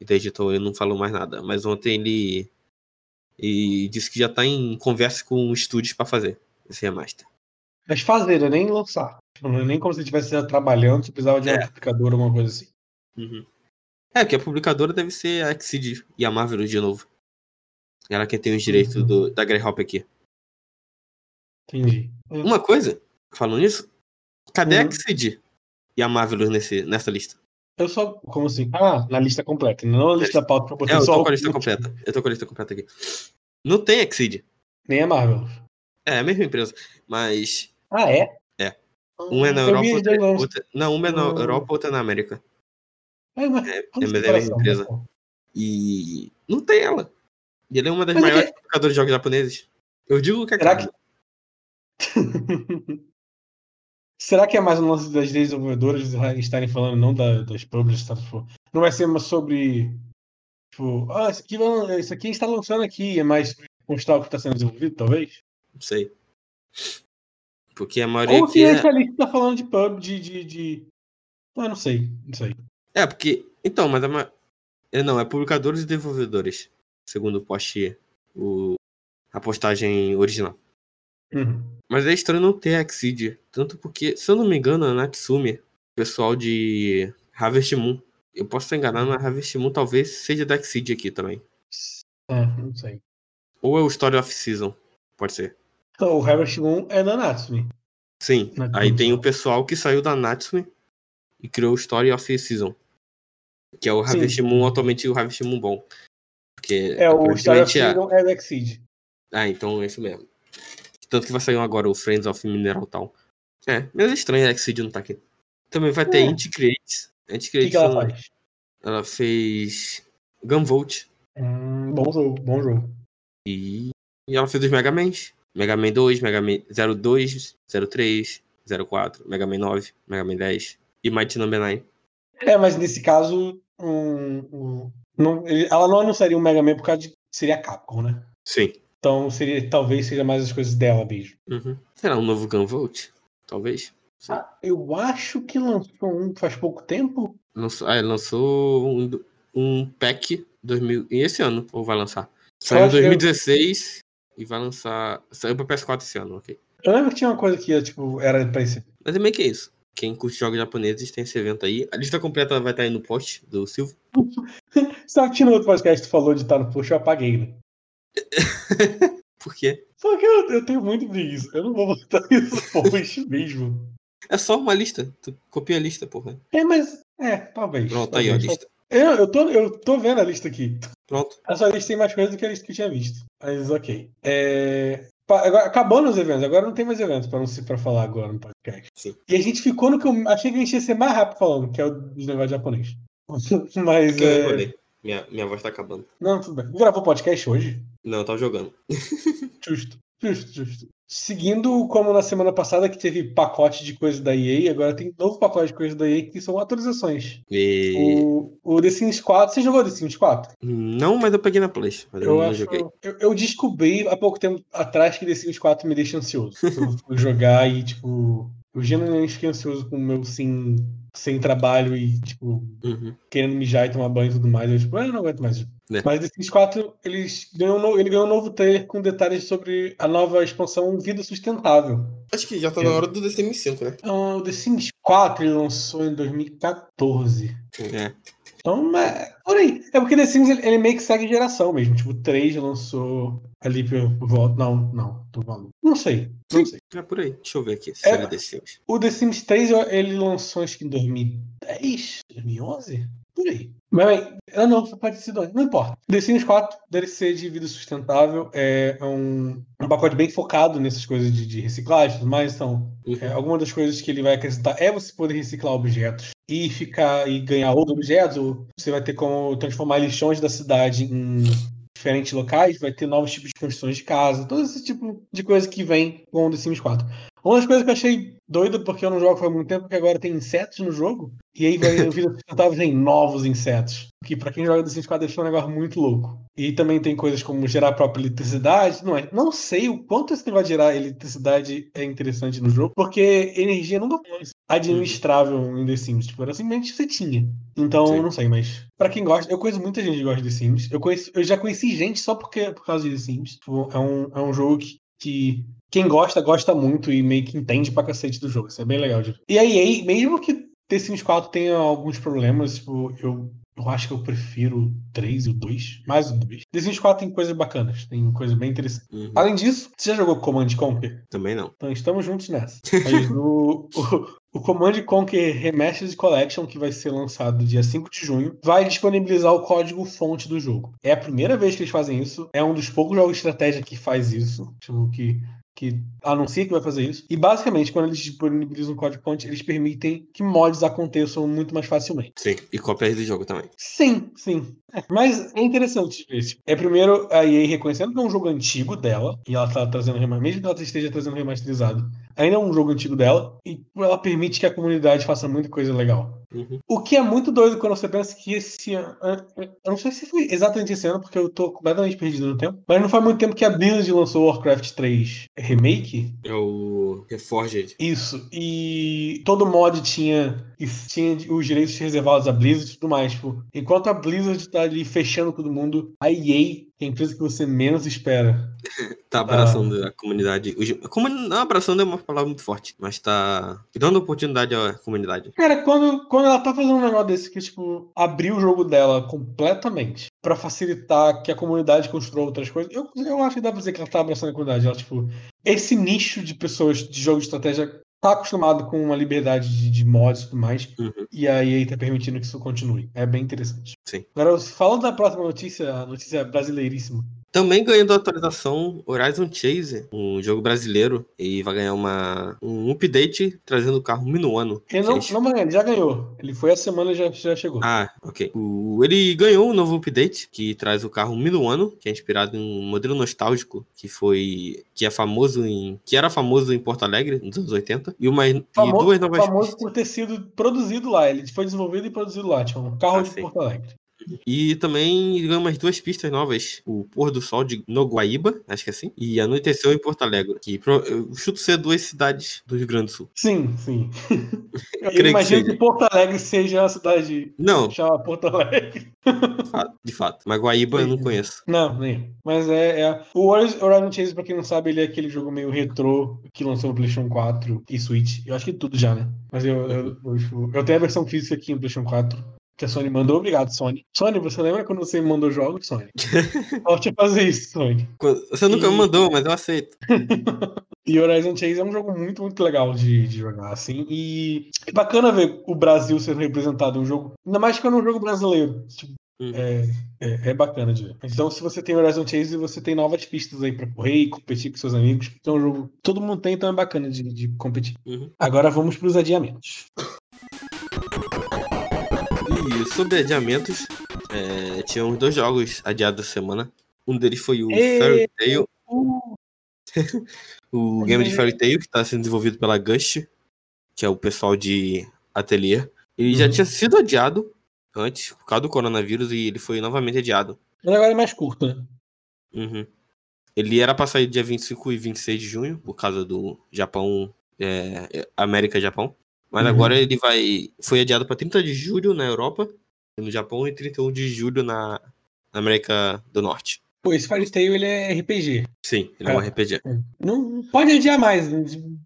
S2: E desde então ele não falou mais nada. Mas ontem ele, ele disse que já tá em conversa com estúdios pra fazer esse remaster.
S1: Mas fazer, é nem lançar. Não é nem como se ele estivesse já trabalhando, se precisava de um
S2: É.
S1: amplificador ou alguma coisa assim.
S2: É, que a publicadora deve ser a Exceed e a Marvel de novo. Ela quem tem os direitos
S1: Uhum.
S2: do, da Grey Hop aqui.
S1: Entendi.
S2: Uma coisa, falando nisso, cadê a
S1: Uhum.
S2: Exceed e a Marvelous nesse, nessa lista?
S1: Eu só, como assim? Ah, na lista completa, não na lista da pauta pra
S2: É,
S1: botar
S2: eu
S1: só
S2: tô
S1: o-
S2: com a lista completa. Eu tô com a lista completa aqui. Não tem Exceed.
S1: Nem a Marvel.
S2: É, é a mesma empresa. Mas
S1: Ah, é?
S2: É. um é na
S1: Eu
S2: Europa,
S1: vi os dois
S2: outra,
S1: nomes.
S2: outra- não, uma é na
S1: Hum.
S2: Europa, outra é na América.
S1: É, mas
S2: É,
S1: vamos
S2: mas é a
S1: separar
S2: mesma
S1: só,
S2: empresa.
S1: pessoal.
S2: E não tem ela. E ela é uma das
S1: Mas é
S2: maiores publicadoras de jogos japoneses. Eu digo que é
S1: Será
S2: cara.
S1: Será que é mais um lance das desenvolvedoras estarem falando, não da- das publishers? tá? Tipo, Não vai ser mais sobre. Tipo, ah, isso aqui, vai- isso aqui a gente tá lançando aqui, é mais mostrar o que está sendo desenvolvido, talvez?
S2: Não sei. Porque a maioria
S1: Ou
S2: aqui
S1: que
S2: é-
S1: essa lista tá falando de pub, de. de, de... Ah, não sei, não sei.
S2: É, porque. Então, mas é uma. é, Não, é publicadores e desenvolvedores. segundo o post, o, a postagem original.
S1: Uhum.
S2: Mas é estranho não ter Exceed, tanto porque, se eu não me engano, a Natsume, o pessoal de Harvest Moon, eu posso estar enganado, mas Harvest Moon talvez seja da Exceed aqui também.
S1: É, não sei.
S2: Ou é o Story of Season, pode ser.
S1: Então, o Harvest Moon é da Natsume.
S2: Sim,
S1: Natsume.
S2: aí tem o pessoal que saiu da Natsume e criou o Story of Season, que é o
S1: Sim.
S2: Harvest Moon, atualmente o Harvest Moon bom. Porque
S1: É, o Star of
S2: aparentemente, a-
S1: Freedom é da Exceed.
S2: Ah, então é isso mesmo. Tanto que vai sair um agora o Friends of Mineral Town. É, mas é estranho a Exceed não tá aqui. Também vai ter
S1: É.
S2: Anti-Creates.
S1: O que,
S2: Anti-Creates
S1: que ela
S2: são-
S1: faz?
S2: ela fez Gunvolt.
S1: Hum, bom jogo, bom jogo.
S2: E, e ela fez os Mega Mans. Mega Man 2, Mega Man 02, 03, 04, Mega Man 9, Mega Man 10 e Mighty Number 9.
S1: É, mas nesse caso, um, um- não, ele- ela não anunciaria um Mega Man por causa de. Seria a Capcom, né?
S2: Sim.
S1: Então seria, talvez seja mais as coisas dela mesmo.
S2: Uhum. Será um novo Gunvolt? Talvez.
S1: Ah, eu acho que lançou um faz pouco tempo.
S2: Lançou, ah, lançou um, do- um pack 2000, e esse ano, ou vai lançar?
S1: Eu
S2: Saiu em
S1: acho que eu-
S2: 2016 e vai lançar. Saiu pra PS4 esse ano, ok.
S1: Eu lembro que tinha uma coisa que tipo, era pra esse.
S2: Mas é meio que é isso. Quem curte jogos japoneses tem esse evento aí. A lista completa vai estar aí no post do Silvio.
S1: Só que no outro podcast que tu falou de estar no push, eu apaguei, né?
S2: Porque
S1: Só que eu, eu tenho muito preguiça. Eu não vou botar isso no post mesmo.
S2: é só uma lista. Tu copia a lista, porra.
S1: É, mas. É, talvez.
S2: Pronto, aí ó, a
S1: talvez.
S2: lista.
S1: Eu, eu, tô, eu tô vendo a lista aqui.
S2: Pronto.
S1: Essa lista tem mais coisa do que a lista que eu tinha visto. Mas ok. É, pa- agora- acabando os eventos, agora não tem mais eventos pra, não, se- pra falar agora no podcast.
S2: Sim.
S1: E a gente ficou no que eu achei que a gente ia ser mais rápido falando, que é o negócio japonês. Mas.
S2: Eu
S1: é,
S2: enrolei. Minha, minha voz tá acabando.
S1: Não, tudo bem. Gravou podcast hoje?
S2: Não, eu tava jogando.
S1: Justo, justo, justo. Seguindo como na semana passada que teve pacote de coisa da EA, agora tem novo pacote de coisa da EA que são atualizações.
S2: E...
S1: O, o The Sims 4, você jogou The Sims 4?
S2: Não, mas eu peguei na Play. Mas eu,
S1: Eu,
S2: não
S1: acho,
S2: joguei.
S1: eu, eu descobri há pouco tempo atrás que The Sims 4 me deixa ansioso. Eu vou jogar e, tipo, eu genuinamente fiquei ansioso com o meu sim sem trabalho e, tipo,
S2: Uhum.
S1: querendo mijar e tomar banho e tudo mais. Eu, tipo, ah, eu não aguento mais.
S2: É.
S1: Mas The Sims 4, eles ganhou, um no- ele ganhou um novo trailer com detalhes sobre a nova expansão Vida Sustentável.
S2: Acho que já tá
S1: na
S2: hora do DCM5, né?
S1: Então, o The Sims 4 ele lançou em 2014.
S2: É.
S1: Então, é, por aí. É porque The Sims ele, ele meio que segue geração mesmo. Tipo, o 3 lançou ali por volta. Não, não, tô maluco. Não sei. Não sei.
S2: É por aí. Deixa eu ver aqui. Se
S1: É.
S2: é The Sims.
S1: O The Sims 3 eu- ele lançou acho que em 2010, 2011? Por aí. Mas bem, ah, não, pode ser dois. Não importa. The Sims 4, DLC de vida sustentável, é um, um pacote bem focado nessas coisas de, de reciclagem e tudo mais. Então, é, alguma das coisas que ele vai acrescentar é você poder reciclar objetos e ficar e ganhar outros objetos, ou você vai ter como transformar lixões da cidade em diferentes locais, vai ter novos tipos de construções de casa, todo esse tipo de coisa que vem com o The Sims 4. Uma das coisas que eu achei doida, porque eu não jogo faz muito tempo, que agora tem insetos no jogo, e aí vai a vida sustentável tem novos insetos. Que pra quem joga The Sims 4 deve ser um negócio muito louco. E também tem coisas como gerar a própria eletricidade. Não, é, não sei o quanto esse negócio de gerar eletricidade é interessante no jogo, porque energia nunca foi administrável em The Sims. Tipo, era simplesmente você tinha. Então,
S2: Sim.
S1: eu não sei, mas. Pra quem gosta, eu conheço muita gente que gosta de The Sims. Eu, conheço, eu já conheci gente só porque, por causa de The Sims. Tipo, é, um, é um jogo que- que quem gosta, gosta muito e meio que entende pra cacete do jogo. Isso é bem legal. de- E a EA, mesmo que The Sims 4 tenha alguns problemas, tipo, eu, eu acho que eu prefiro o 3 e o 2, mais o 2. The Sims 4 tem coisas bacanas, tem coisa bem interessante.
S2: Uhum.
S1: Além disso, você já jogou Command Conquer?
S2: Também não.
S1: Então estamos juntos nessa. Mas o, o, o Command Conquer Remastered Collection, que vai ser lançado dia 5 de junho, vai disponibilizar o código fonte do jogo. É a primeira vez que eles fazem isso, é um dos poucos jogos de estratégia que faz isso, tipo, que que anuncia que vai fazer isso. E basicamente, quando eles disponibilizam o código fonte, eles permitem que mods aconteçam muito mais facilmente.
S2: Sim. E cópias do jogo também.
S1: Sim, sim. É, Mas é interessante esse. É primeiro a EA reconhecendo que é um jogo antigo dela, e ela tá trazendo remaster, mesmo que ela esteja trazendo remasterizado, ainda é um jogo antigo dela, e ela permite que a comunidade faça muita coisa legal.
S2: Uhum.
S1: O que é muito doido quando você pensa que esse ano. Eu não sei se foi exatamente esse ano, porque eu tô completamente perdido no tempo. Mas não faz muito tempo que a Blizzard lançou Warcraft 3 Remake.
S2: É o Reforged.
S1: Isso, e todo mod tinha, tinha os direitos reservados à Blizzard e tudo mais. Tipo, enquanto a Blizzard tá ali fechando todo mundo, a EA que a empresa que você menos espera.
S2: Tá
S1: Ah.
S2: abraçando a comunidade. Os- a comuni- Não, abraçando é uma palavra muito forte, mas tá dando oportunidade à comunidade.
S1: Cara, quando, quando ela tá fazendo um negócio desse que, tipo, abriu o jogo dela completamente pra facilitar que a comunidade construa outras coisas, eu, eu acho que dá pra dizer que ela tá abraçando a comunidade. Ela, tipo, esse nicho de pessoas de jogo de estratégia tá acostumado com uma liberdade de, de mods e tudo mais,
S2: Uhum.
S1: e aí aí tá permitindo que isso continue. É bem interessante.
S2: Sim.
S1: Agora, falando da próxima notícia, a notícia é brasileiríssima.
S2: Também ganhando a atualização Horizon Chase, um jogo brasileiro, e vai ganhar uma, um update trazendo o carro Minuano.
S1: Ele não,
S2: Vocês-
S1: não vai ganhar, ele já ganhou. Ele foi a semana e já, já chegou.
S2: Ah, ok. O- ele ganhou um novo update que traz o carro Minuano, que é inspirado em um modelo nostálgico que foi que é famoso em que era famoso em Porto Alegre nos anos 80 e uma
S1: Famo-
S2: e duas novas
S1: famoso
S2: pistas.
S1: por ter sido produzido lá. Ele foi desenvolvido e produzido lá. Tipo, um carro
S2: Ah,
S1: de
S2: sim.
S1: Porto Alegre.
S2: e também ganhou umas duas pistas novas, o pôr do sol de no Guaíba, acho que é assim, e anoiteceu em Porto Alegre, que pro- eu chuto ser duas cidades do Rio Grande do Sul.
S1: Sim, sim. Eu
S2: Creio que
S1: imagino que,
S2: seja.
S1: Porto Alegre seja a cidade
S2: Não,
S1: que chama Porto Alegre.
S2: de fato, de fato. mas Guaíba eu não
S1: Sim.
S2: conheço.
S1: Não, nem. Mas é. é- O Horiz- Horizon Chase, pra quem não sabe, ele é aquele jogo meio retrô que lançou no PlayStation 4 e Switch. Eu acho que tudo já, né? Mas eu, eu, eu- eu tenho a versão física aqui no PlayStation 4. Que a Sony mandou, obrigado, Sony. Sony, você lembra quando você me mandou jogos, Sony? Volte a fazer isso, Sony.
S2: Quando- Você nunca me
S1: E-
S2: mandou, mas eu aceito.
S1: E Horizon Chase é um jogo muito, muito legal de, de jogar, assim. E é bacana ver o Brasil sendo representado em um jogo. Ainda mais que é um jogo brasileiro. Tipo,
S2: Uhum.
S1: é, é, é bacana de ver. Então, se você tem Horizon Chase, você tem novas pistas aí pra correr e competir com seus amigos. Porque é um jogo que todo mundo tem, então é bacana de, de competir.
S2: Uhum.
S1: Agora vamos pros adiamentos.
S2: E sobre adiamentos, é, tivemos dois jogos adiados essa semana. Um deles foi o
S1: Ê!
S2: Fairy Tail,
S1: Uh,
S2: o game de Fairy Tail, que está sendo desenvolvido pela Gush, que é o pessoal de Atelier. Ele já
S1: Uhum.
S2: tinha sido adiado antes, por causa do coronavírus, e ele foi novamente adiado.
S1: mas agora é mais curto, né?
S2: Uhum. Ele era pra sair dia 25 e 26 de junho, por causa do Japão, é, é, América e Japão. Mas
S1: Uhum.
S2: agora ele vai. Foi adiado pra 30 de julho na Europa, no Japão, e 31 de julho na na América do Norte.
S1: Pô, esse Fire Tail, ele é RPG.
S2: Sim, ele é um RPG.
S1: Não pode adiar mais.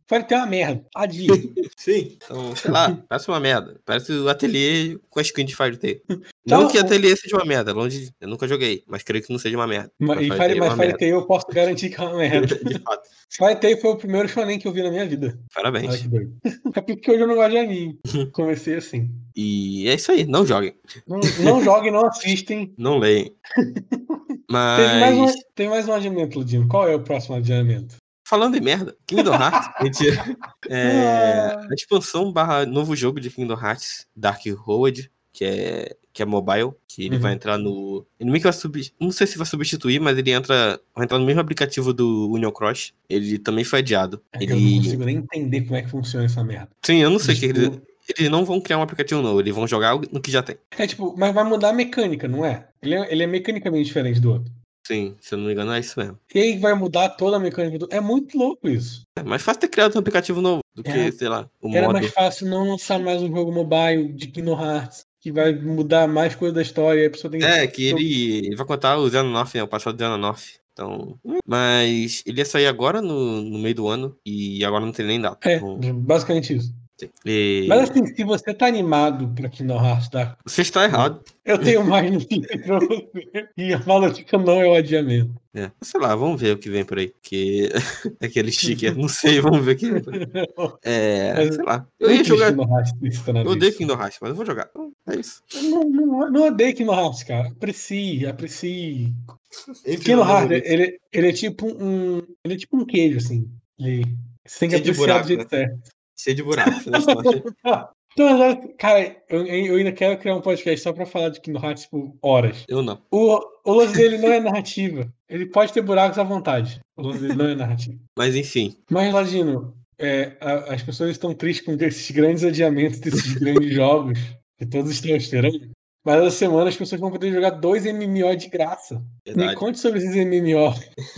S1: Fire Tail é uma merda. Adia.
S2: Sim. Então, sei lá, parece uma merda. Parece o ateliê com a skin de Fire Tail.
S1: Tá
S2: Não
S1: bom.
S2: que ateliê seja uma merda, longe. Eu nunca joguei, mas creio que não seja uma merda.
S1: Mas, e
S2: Fairy
S1: Fire,
S2: Tail é
S1: mas
S2: uma
S1: Fire
S2: merda.
S1: Tail eu posso garantir que é uma merda.
S2: De fato.
S1: Fire Tail foi o primeiro shonen que eu vi na minha vida. Olha
S2: Parabéns.
S1: que doido. É porque hoje eu não gosto de anime. Comecei assim.
S2: E é isso aí. Não joguem.
S1: Não, não joguem, não assistem.
S2: Não leem.
S1: Teve
S2: Mas.
S1: mais um, tem mais um adiamento, Ludino. Qual é o próximo adiamento?
S2: Falando em merda, Kingdom Hearts, mentira.
S1: Ah.
S2: É, a expansão barra novo jogo de Kingdom Hearts, Dark Road, que é, que é mobile, que ele
S1: Uhum.
S2: vai entrar no. Ele meio que vai substituir. Não sei se vai substituir, mas ele entra. Vai entrar no mesmo aplicativo do Union Cross. Ele também foi adiado.
S1: É que eu não
S2: Ele.
S1: consigo nem entender como é que funciona essa merda.
S2: Sim, eu não sei o que. Eles,
S1: Tipo,
S2: eles não vão criar um aplicativo novo, eles vão jogar no que já tem.
S1: É tipo, mas vai mudar a mecânica, não é? Ele é, ele é mecanicamente diferente do outro.
S2: Sim, se eu não me engano, é isso mesmo.
S1: E aí vai mudar toda a mecânica do. É muito louco isso.
S2: É mais fácil ter criado um aplicativo novo do que,
S1: É.
S2: sei lá, o
S1: Era
S2: Um modo.
S1: mais fácil não lançar mais um jogo mobile de Kingdom Hearts, que vai mudar mais coisa da história. aí A pessoa tem
S2: É, que ele, ele vai contar o Xehanort, né? O passado do Xehanort. Então, mas ele ia sair agora no, no meio do ano e agora não tem nem data.
S1: É,
S2: Então,
S1: basicamente isso.
S2: e-
S1: Mas assim, se você tá animado pra Kingdom Hearts, tá?
S2: Você está errado.
S1: Eu tenho mais notícia pra você. E a má notícia não é o adiamento.
S2: É, sei lá, vamos ver o que vem por aí. Que é aquele sticker, não sei, vamos ver o que vem por aí. É,
S1: Mas-
S2: sei lá. Eu ia jogar.
S1: Kingdom Hearts nesse
S2: Eu
S1: cenário.
S2: odeio Kingdom Hearts, mas eu vou jogar. É isso.
S1: Não, não, não odeio Kingdom Hearts, cara. Aprecie, aprecie.
S2: Entre
S1: Kingdom
S2: no
S1: Hearts,
S2: momento.
S1: ele, ele é tipo um. Ele é tipo um queijo, assim. Ele, você tem que
S2: Cheio de
S1: apreciar
S2: buraco,
S1: do jeito
S2: né?
S1: certo.
S2: Cheio de buracos. né? Só-
S1: Então, agora, cara, eu, eu ainda quero criar um podcast só pra falar de Kingdom Hearts por horas.
S2: Eu não.
S1: O, o lance dele não é narrativa. Ele pode ter buracos à vontade. O lance dele não é narrativa.
S2: Mas enfim.
S1: Mas, Ladino, é, a- as pessoas estão tristes com esses grandes adiamentos desses grandes jogos que todos estão esperando. Mas essa semana as pessoas vão poder jogar dois MMO de graça. Me
S2: é Verdade.
S1: conte sobre esses MMO.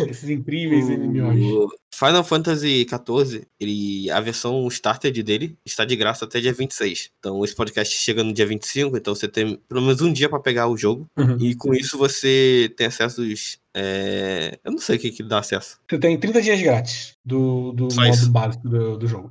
S1: Esses incríveis MMOs.
S2: O Final Fantasy XIV, ele, a versão started dele está de graça até dia 26. Então esse podcast chega no dia 25, então você tem pelo menos um dia para pegar o jogo.
S1: Uhum.
S2: E com isso você tem acessos É, Eu não sei o que, que dá acesso.
S1: Você tem 30 dias grátis do, do
S2: Só
S1: modo
S2: isso.
S1: básico do, do jogo.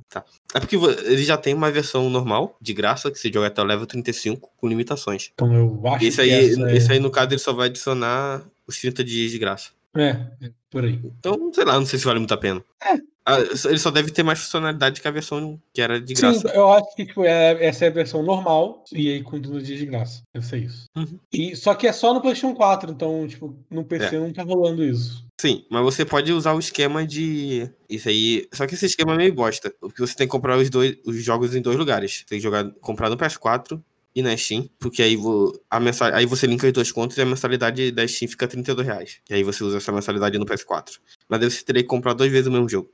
S2: É porque vo- ele já tem uma versão normal, de graça, que você joga até o level 35, com limitações.
S1: Então eu acho
S2: Esse
S1: que
S2: aí,
S1: essa é-
S2: esse aí, no caso, ele só vai adicionar os 30 dias de graça.
S1: É, é, por aí.
S2: Então, sei lá, não sei se vale muito a pena.
S1: É.
S2: Ah, Ele só deve ter mais funcionalidade que a versão que era de graça.
S1: Sim, eu acho que tipo, é- essa é a versão normal e aí com 30 dias de graça. Deve ser isso.
S2: Uhum. É.
S1: E, só que é só no PlayStation 4, então, tipo, no PC não tá rolando isso.
S2: Sim, mas você pode usar o esquema de. Isso aí. Só que esse esquema é meio bosta. Porque você tem que comprar os, dois, os jogos em dois lugares. Tem que jogar, comprar no PS4 e na Steam. Porque aí, vo- a mensal, aí você linka as duas contas e a mensalidade da Steam fica R$ 32 reais. E aí você usa essa mensalidade no PS4. Mas daí você teria que comprar duas vezes o mesmo jogo.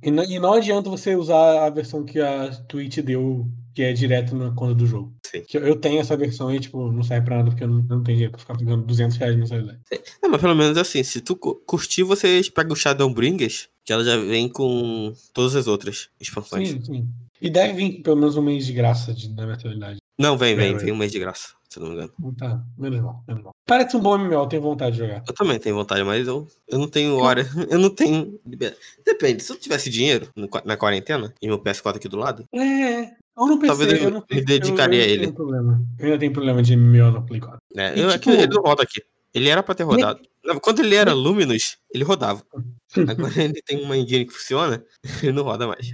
S1: E não, e não adianta você usar a versão que a Twitch deu, que é direto na conta do jogo.
S2: Sim.
S1: Que eu- eu tenho essa versão e, tipo, não sai pra nada, porque eu não, não tenho dinheiro pra ficar pagando 200 reais de mensalidade.
S2: Não, mas pelo menos assim, se tu cu- curtir, você pega o Shadowbringers, que ela já vem com todas as outras expansões.
S1: Sim, sim. E deve vir pelo menos um mês de graça de, na mensalidade.
S2: Não, vem,
S1: Vem,
S2: vem,
S1: vem.
S2: vem um mês de graça, se eu não me engano.
S1: Então tá, menos mal, menos mal. Parece um bom MMO, eu tenho vontade de jogar.
S2: Eu também tenho vontade, mas eu, eu não tenho hora. Eu não tenho. liber- Depende, se eu tivesse dinheiro no qua- na quarentena e meu PS4 aqui do lado,
S1: É, eu não pensei,
S2: Talvez eu
S1: eu não sei.
S2: me dedicaria
S1: eu, eu
S2: a ele.
S1: Tenho problema. Eu ainda tenho problema de MMO no Play 4.
S2: né?
S1: E,
S2: eu,
S1: tipo,
S2: aqui, ele não roda aqui. Ele era pra ter rodado. Não, Quando ele era Luminous, ele rodava. Agora ele tem uma engine que funciona, ele não roda mais.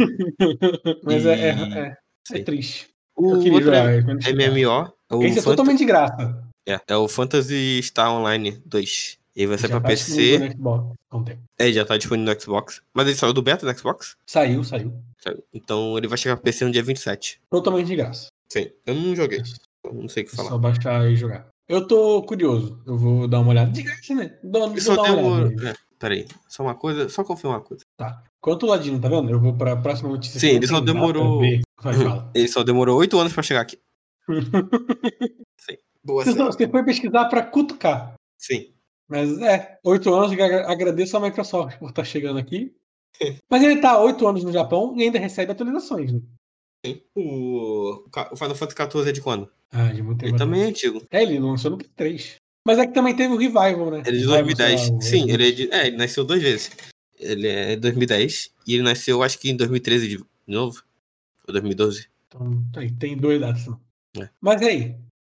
S1: Mas é, é,
S2: E-
S1: é, é
S2: Sim.
S1: triste.
S2: O
S1: eu queria
S2: outro
S1: jogar.
S2: é
S1: quando chegar.
S2: MMO, é o,
S1: Esse é
S2: Phant-
S1: totalmente de graça.
S2: é, é o Phantasy Star Online 2. Ele vai sair
S1: Já
S2: é pra
S1: tá
S2: PC,
S1: disponível no Xbox há um tempo.
S2: é, já tá disponível no Xbox. Mas ele saiu do beta no Xbox?
S1: Saiu, saiu.
S2: Saiu. Então ele vai chegar pra PC no dia 27.
S1: Totalmente de graça.
S2: Sim, eu não joguei,
S1: É
S2: então não sei o que falar.
S1: só baixar e jogar. Eu tô curioso. Eu vou dar uma olhada. De graça, né? Dou, vou
S2: Eu só
S1: dar
S2: tenho
S1: uma olhada.
S2: um. É, peraí, só uma coisa, só confirmar uma coisa.
S1: Tá. Enquanto o Ladino, tá vendo? Eu vou pra próxima notícia.
S2: Sim,
S1: que não
S2: ele só
S1: tem nada a
S2: demorou-
S1: ver com a fala.
S2: Ele só demorou oito anos pra chegar aqui. Sim. Boa
S1: Você, só-
S2: sorte.
S1: você foi pesquisar pra cutucar.
S2: Sim.
S1: Mas é, oito anos, eu agra- agradeço a Microsoft por estar chegando aqui. Mas ele tá há oito anos no Japão e ainda recebe atualizações, né?
S2: O, ca- o Final Fantasy XIV é de quando?
S1: Ah, de muito tempo.
S2: Ele também é
S1: atrás.
S2: antigo.
S1: É, ele lançou no P3. Mas é que também teve o Revival, né?
S2: Ele é de
S1: Revival, sei
S2: 2010.
S1: lá, o-
S2: Sim, ele é de. É, ele nasceu duas vezes. Ele é de 2010 e ele nasceu, acho que em 2013 de de novo. Ou 2012.
S1: Então, tá aí, tem dois dados. não.
S2: É.
S1: Mas e aí,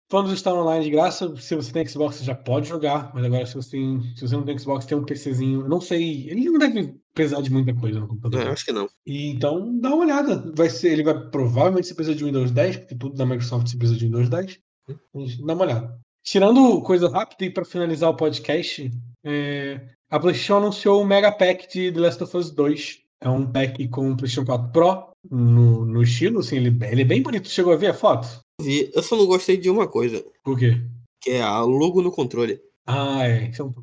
S1: fãs do Star Online de graça, se você tem Xbox, você já pode jogar. Mas agora, se você, tem- se você não tem Xbox, tem um PCzinho. Eu não sei, ele não deve precisar de muita coisa no
S2: Não, É, eu
S1: computador.
S2: acho que não.
S1: E, então, dá uma olhada. Vai ser, ele vai provavelmente se precisa de Windows 10, porque tudo da Microsoft se precisa de Windows 10. Mas Dá uma olhada. Tirando coisa rápida e para finalizar o podcast, é, a PlayStation anunciou o Mega Pack de The Last of Us 2. É um pack com o PlayStation 4 Pro no, no estilo, assim, ele, ele é bem bonito. Chegou a ver a foto?
S2: Vi- Eu só não gostei de uma coisa,
S1: Por quê?
S2: que é a logo no controle.
S1: Ah, é. isso é um-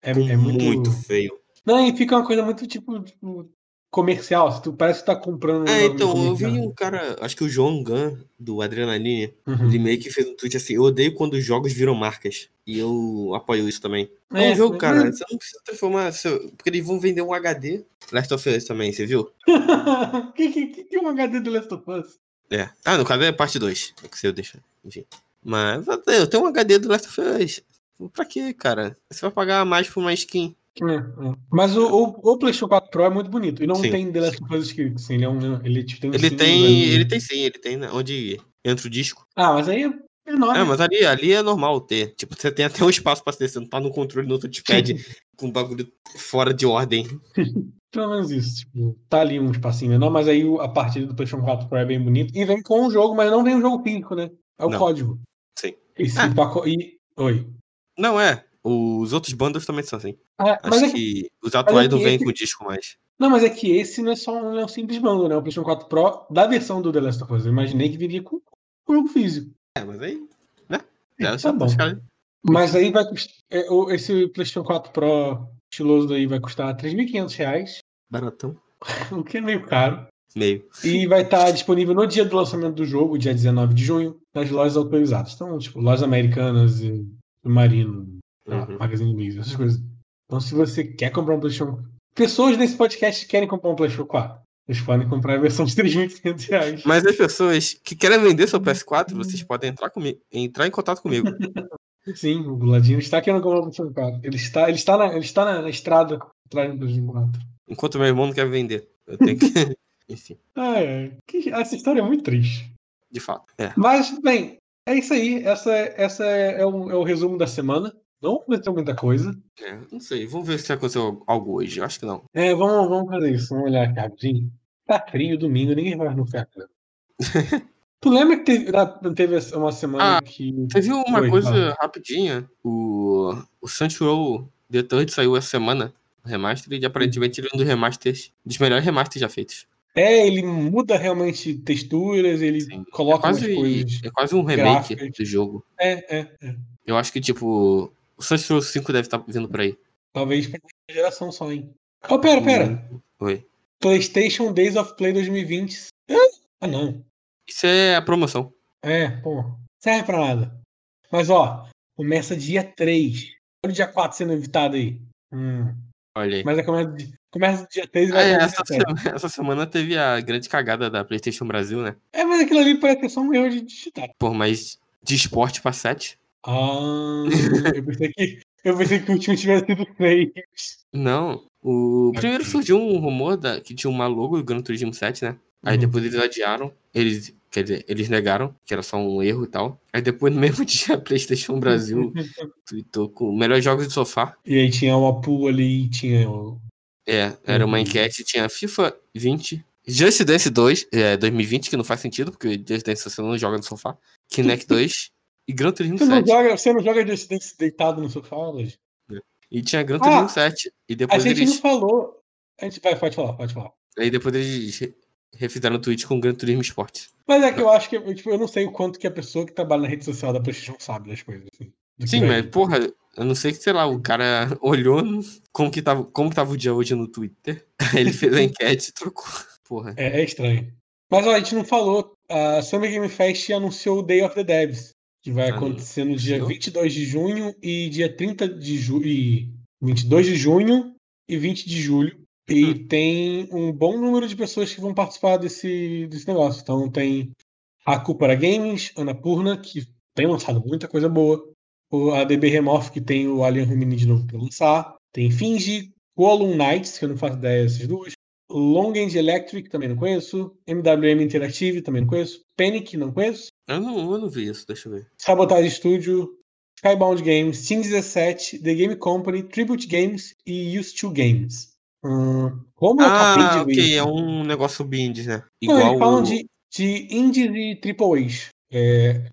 S1: É,
S2: Ficou
S1: é muito...
S2: feio.
S1: Não, e fica uma coisa muito tipo, tipo, comercial. assim, tu parece que tá comprando. um
S2: É,
S1: bagulho
S2: então, eu vi
S1: comercial.
S2: um cara, acho que o João Gun, do Adrenaline,
S1: Uhum.
S2: Ele meio que fez um tweet assim: Eu odeio quando os jogos viram marcas. E eu apoio isso também. É, um jogo, cara. Você não precisa transformar. seu- Porque eles vão vender um HD. Last of Us também, você viu?
S1: que, que, que, que é um HD do Last of Us?
S2: É. Ah, no caso é parte 2. É que você deixa. Enfim. Mas eu tenho um HD do Last of Us. Pra quê, cara? Você vai pagar mais por uma skin.
S1: Mas o, o, o PlayStation 4 Pro é muito bonito. E não
S2: Sim.
S1: tem The Last of Us escrito. Assim, ele é um, ele, tipo, tem um
S2: Ele
S1: símbolo
S2: tem.
S1: ali.
S2: Ele tem sim, ele tem né, onde entra o disco.
S1: Ah, mas aí é enorme.
S2: É, mas ali, ali é normal ter. Tipo, você tem até um espaço pra se descer. Não tá no controle no outro touchpad com um bagulho fora de ordem.
S1: Pelo menos isso. Tipo, tá ali um espacinho menor, mas aí o- a partida do PlayStation 4 Pro é bem bonito. E vem com o jogo, mas não vem o jogo físico, né? É o
S2: Não.
S1: código.
S2: Sim.
S1: E se
S2: Ah.
S1: paco- e- Oi.
S2: Não é. Os outros bundles também são assim.
S1: Ah, mas
S2: Acho
S1: é que- é
S2: que os atuais não
S1: que
S2: vêm
S1: esse-
S2: com disco mais.
S1: Não, mas é que esse não é só um, não é um simples bando, né? O PlayStation 4 Pro da versão do The Last of Us. Eu imaginei que viria com o jogo físico.
S2: É, mas aí. Né?
S1: Tá
S2: Já, já
S1: bom.
S2: os caras-
S1: Mas aí vai custar. é, o- Esse PlayStation 4 Pro estiloso daí vai custar R$ 3.500, reais,
S2: Baratão.
S1: o que é meio caro.
S2: Meio.
S1: E vai estar disponível no dia do lançamento do jogo, dia 19 de junho, nas lojas autorizadas. Então, tipo, lojas americanas, e Marino,
S2: Uhum.
S1: Magazine Luiza, essas coisas. Então, se você quer comprar um PlayStation. Pessoas nesse podcast querem comprar um PlayStation 4. Eles podem comprar a versão de 3.500 reais.
S2: Mas as pessoas que querem vender seu PS4, vocês podem entrar comigo, entrar em contato comigo.
S1: Sim, o Ladino está aqui no comando do seu carro. Ele está, ele está, na, ele está na, na estrada um atrás do buraco.
S2: Enquanto meu irmão não quer vender. Eu tenho que. Enfim,
S1: Ah, é. Que- Essa história é muito triste.
S2: de fato. É.
S1: Mas, bem, é isso aí. Essa, essa é, é o, é o resumo da semana. Não aconteceu muita coisa.
S2: É, não sei, vamos ver se aconteceu algo hoje. Eu acho que não.
S1: É, vamos, vamos fazer isso. Vamos olhar aqui rapidinho. Tá frio domingo, ninguém vai no ferro. né? tu lembra que teve, da- teve essa- uma semana
S2: Ah,
S1: que.
S2: Teve uma
S1: Oi,
S2: coisa
S1: fala.
S2: rapidinha. O, o Saints Row The Third saiu essa semana. O remaster, e aparentemente ele é um dos remasters, dos melhores remasters já feitos.
S1: É, ele muda realmente texturas, ele
S2: Sim. É
S1: coloca umas
S2: quase,
S1: coisas.
S2: é quase um remake
S1: gráficas.
S2: do jogo.
S1: É, é, é.
S2: Eu acho que, tipo, o Saints Row 5 deve estar vindo por aí.
S1: Talvez pra uma geração só, hein? Oh, pera, pera.
S2: Uhum. Oi.
S1: PlayStation Days of Play 2020. Ah, Ah, não.
S2: Isso é a promoção.
S1: É, pô. Serve pra nada. Mas, ó, começa dia 3. Olha o dia 4 sendo evitado aí. Hum.
S2: Olha aí.
S1: Mas é começa, di- começa dia 3 e
S2: Ah,
S1: vai
S2: é,
S1: até
S2: essa,
S1: dia 7.
S2: semana, essa semana teve a grande cagada da PlayStation Brasil, né?
S1: É, mas aquilo ali parece que é só um erro de digitar.
S2: Por mais de esporte pra 7.
S1: Ah, eu pensei que, eu pensei que o último tivesse sido 3.
S2: Não. O
S1: Ok.
S2: primeiro surgiu um rumor da, que tinha uma logo do Gran Turismo 7, né? Aí
S1: Uhum.
S2: depois eles adiaram. Eles, quer dizer, eles negaram que era só um erro e tal. Aí depois, no mesmo dia, a PlayStation
S1: Uhum.
S2: Brasil tweetou com melhores jogos de sofá.
S1: E aí tinha uma pool ali e tinha o.
S2: É, era uma
S1: Uhum.
S2: enquete, tinha FIFA 20, Just Dance 2, é, 2020, que não faz sentido, porque Just Dance você não joga no sofá, Kinect 2 e Gran Turismo
S1: Você não
S2: 7.
S1: joga, você não joga de acidente deitado no sofá, hoje?
S2: E tinha Gran
S1: Ah,
S2: Turismo 7. E
S1: A
S2: depois
S1: gente não
S2: eles.
S1: falou. A gente vai, pode falar, pode falar.
S2: Aí depois eles re- refizeram o tweet com Gran Turismo Esporte.
S1: Mas é que eu acho que eu, tipo, eu não sei o quanto que a pessoa que trabalha na rede social da PlayStation sabe das coisas. assim, do que
S2: Sim,
S1: vai-
S2: mas porra, eu não sei que, sei lá, o cara olhou no- como que tava, como que tava o dia hoje no Twitter. Aí ele fez a enquete e trocou. Porra.
S1: É, é estranho. Mas ó, a gente não falou. A Summer Game Fest anunciou o Day of the Devs, que vai
S2: Ah,
S1: acontecer no dia
S2: anunciou?
S1: 22 de junho e dia 30 de julho. E 22 de junho e 20 de julho. E tem um bom número de pessoas que vão participar desse, desse negócio. Então tem a Cupara Games, Ana Purna, que tem lançado muita coisa boa. O ADB Remorph, que tem o Alien Rumini de novo pra lançar. Tem Finge, Column Knights, que eu não faço ideia dessas duas. Long End Electric, também não conheço. MWM Interactive, também não conheço. Panic, não conheço.
S2: Eu não, eu não vi isso, deixa eu ver.
S1: Sabotage Studio, Skybound Games, Team 17, The Game Company, Tribute Games e Used to Games. Hum, como eu
S2: Ah,
S1: acabei de ver.
S2: ok, é um negócio bindes, né?
S1: Não,
S2: Igual.
S1: eles falam
S2: o-
S1: de, de indies e AAAs. É,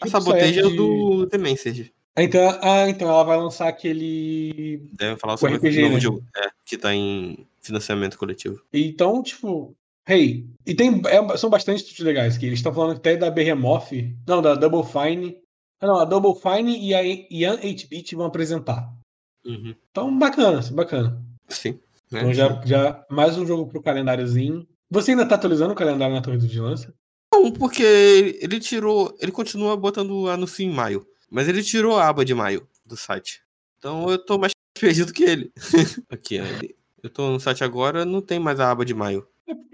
S2: A
S1: Isso
S2: saboteja
S1: é
S2: é
S1: de-
S2: do The Message.
S1: ah, então, ah, então ela vai lançar aquele
S2: Deve falar sobre
S1: RPG,
S2: o novo
S1: né?
S2: jogo. É, que tá em financiamento coletivo.
S1: Então, tipo, hey, e tem é- são bastante títulos legais aqui. Eles estão falando até da Behemoth, não, da Double Fine. Ah, Não, a Double Fine e a Ian 8-Bit vão apresentar.
S2: Uhum.
S1: Então, bacana, assim, bacana.
S2: Sim. né?
S1: Então, já, já mais um jogo pro calendáriozinho. Você ainda tá atualizando o calendário na Torre do Vigilância?
S2: Não, porque ele tirou. Ele continua botando o anúncio em maio. Mas ele tirou a aba de maio do site. Então eu tô mais perdido que ele. Aqui, ó, ele- eu tô no site agora, não tem mais a aba de maio.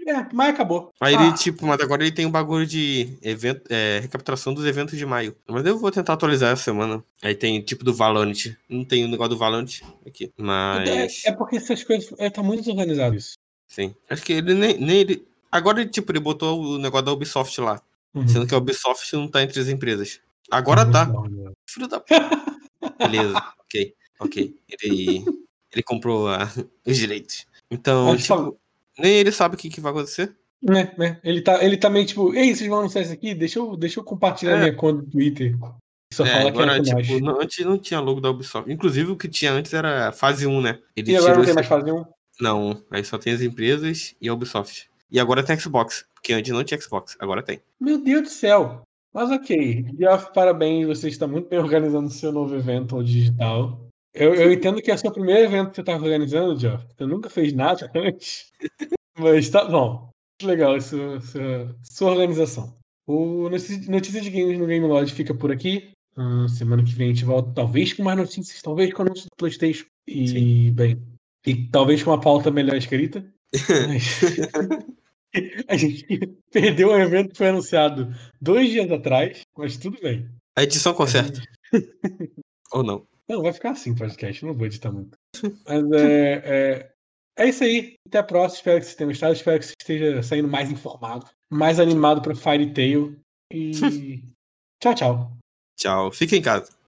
S1: É, mas acabou.
S2: Aí
S1: Ah,
S2: ele, tipo, mas agora ele tem um bagulho de evento, é, recapitulação dos eventos de maio. Mas eu vou tentar atualizar essa semana. Aí tem tipo do Valorant. Não tem o negócio do Valorant aqui. Mas.
S1: é, é porque essas coisas. É, tá muito desorganizado isso.
S2: Sim. Acho que ele nem, nem ele. Agora, ele, tipo, ele botou o negócio da Ubisoft lá.
S1: Uhum.
S2: Sendo que a Ubisoft não tá entre as empresas. Agora tá.
S1: Uhum.
S2: Filho da. p- Beleza. ok. Ok. Ele, ele comprou a- os direitos. Então,
S1: Mas fala-
S2: tipo, nem ele sabe o que, que vai acontecer.
S1: É, Né, né? Ele tá, ele tá meio tipo, ei, vocês vão anunciar isso aqui? Deixa eu, deixa eu compartilhar
S2: É.
S1: minha conta do Twitter. Só
S2: É,
S1: fala
S2: agora,
S1: que é com
S2: tipo,
S1: nós.
S2: não- antes não tinha logo da Ubisoft. Inclusive, o que tinha antes era a fase 1, né? Ele
S1: E agora não tem
S2: esse-
S1: mais um. fase nenhuma?
S2: Não, aí só tem as empresas e a Ubisoft. E agora tem Xbox. Porque antes não tinha Xbox, agora tem.
S1: Meu Deus do céu! Mas ok, Geoff, parabéns, você está muito bem organizando o seu novo evento digital. Eu, eu entendo que é o seu primeiro evento que você está organizando, Geoff. Você nunca fez nada antes. Mas tá bom. Que legal isso, sua, sua organização. O Notícia Notícia de Games no Game Lodge fica por aqui. Hum, semana que vem a gente volta, talvez com mais notícias, talvez com anúncio do PlayStation. E, bem, e talvez com uma pauta melhor escrita. Mas- a gente perdeu um evento que foi anunciado dois dias atrás, mas tudo bem.
S2: Tá A edição conserta.
S1: Uhum.
S2: Ou não.
S1: Não, vai ficar assim o podcast, não vou editar muito. Mas é, é, é isso aí. Até a próxima. Espero que vocês tenham gostado. Espero que você esteja saindo mais informado, mais animado pra Fire Tail. E. tchau, tchau.
S2: Tchau. Fica em casa.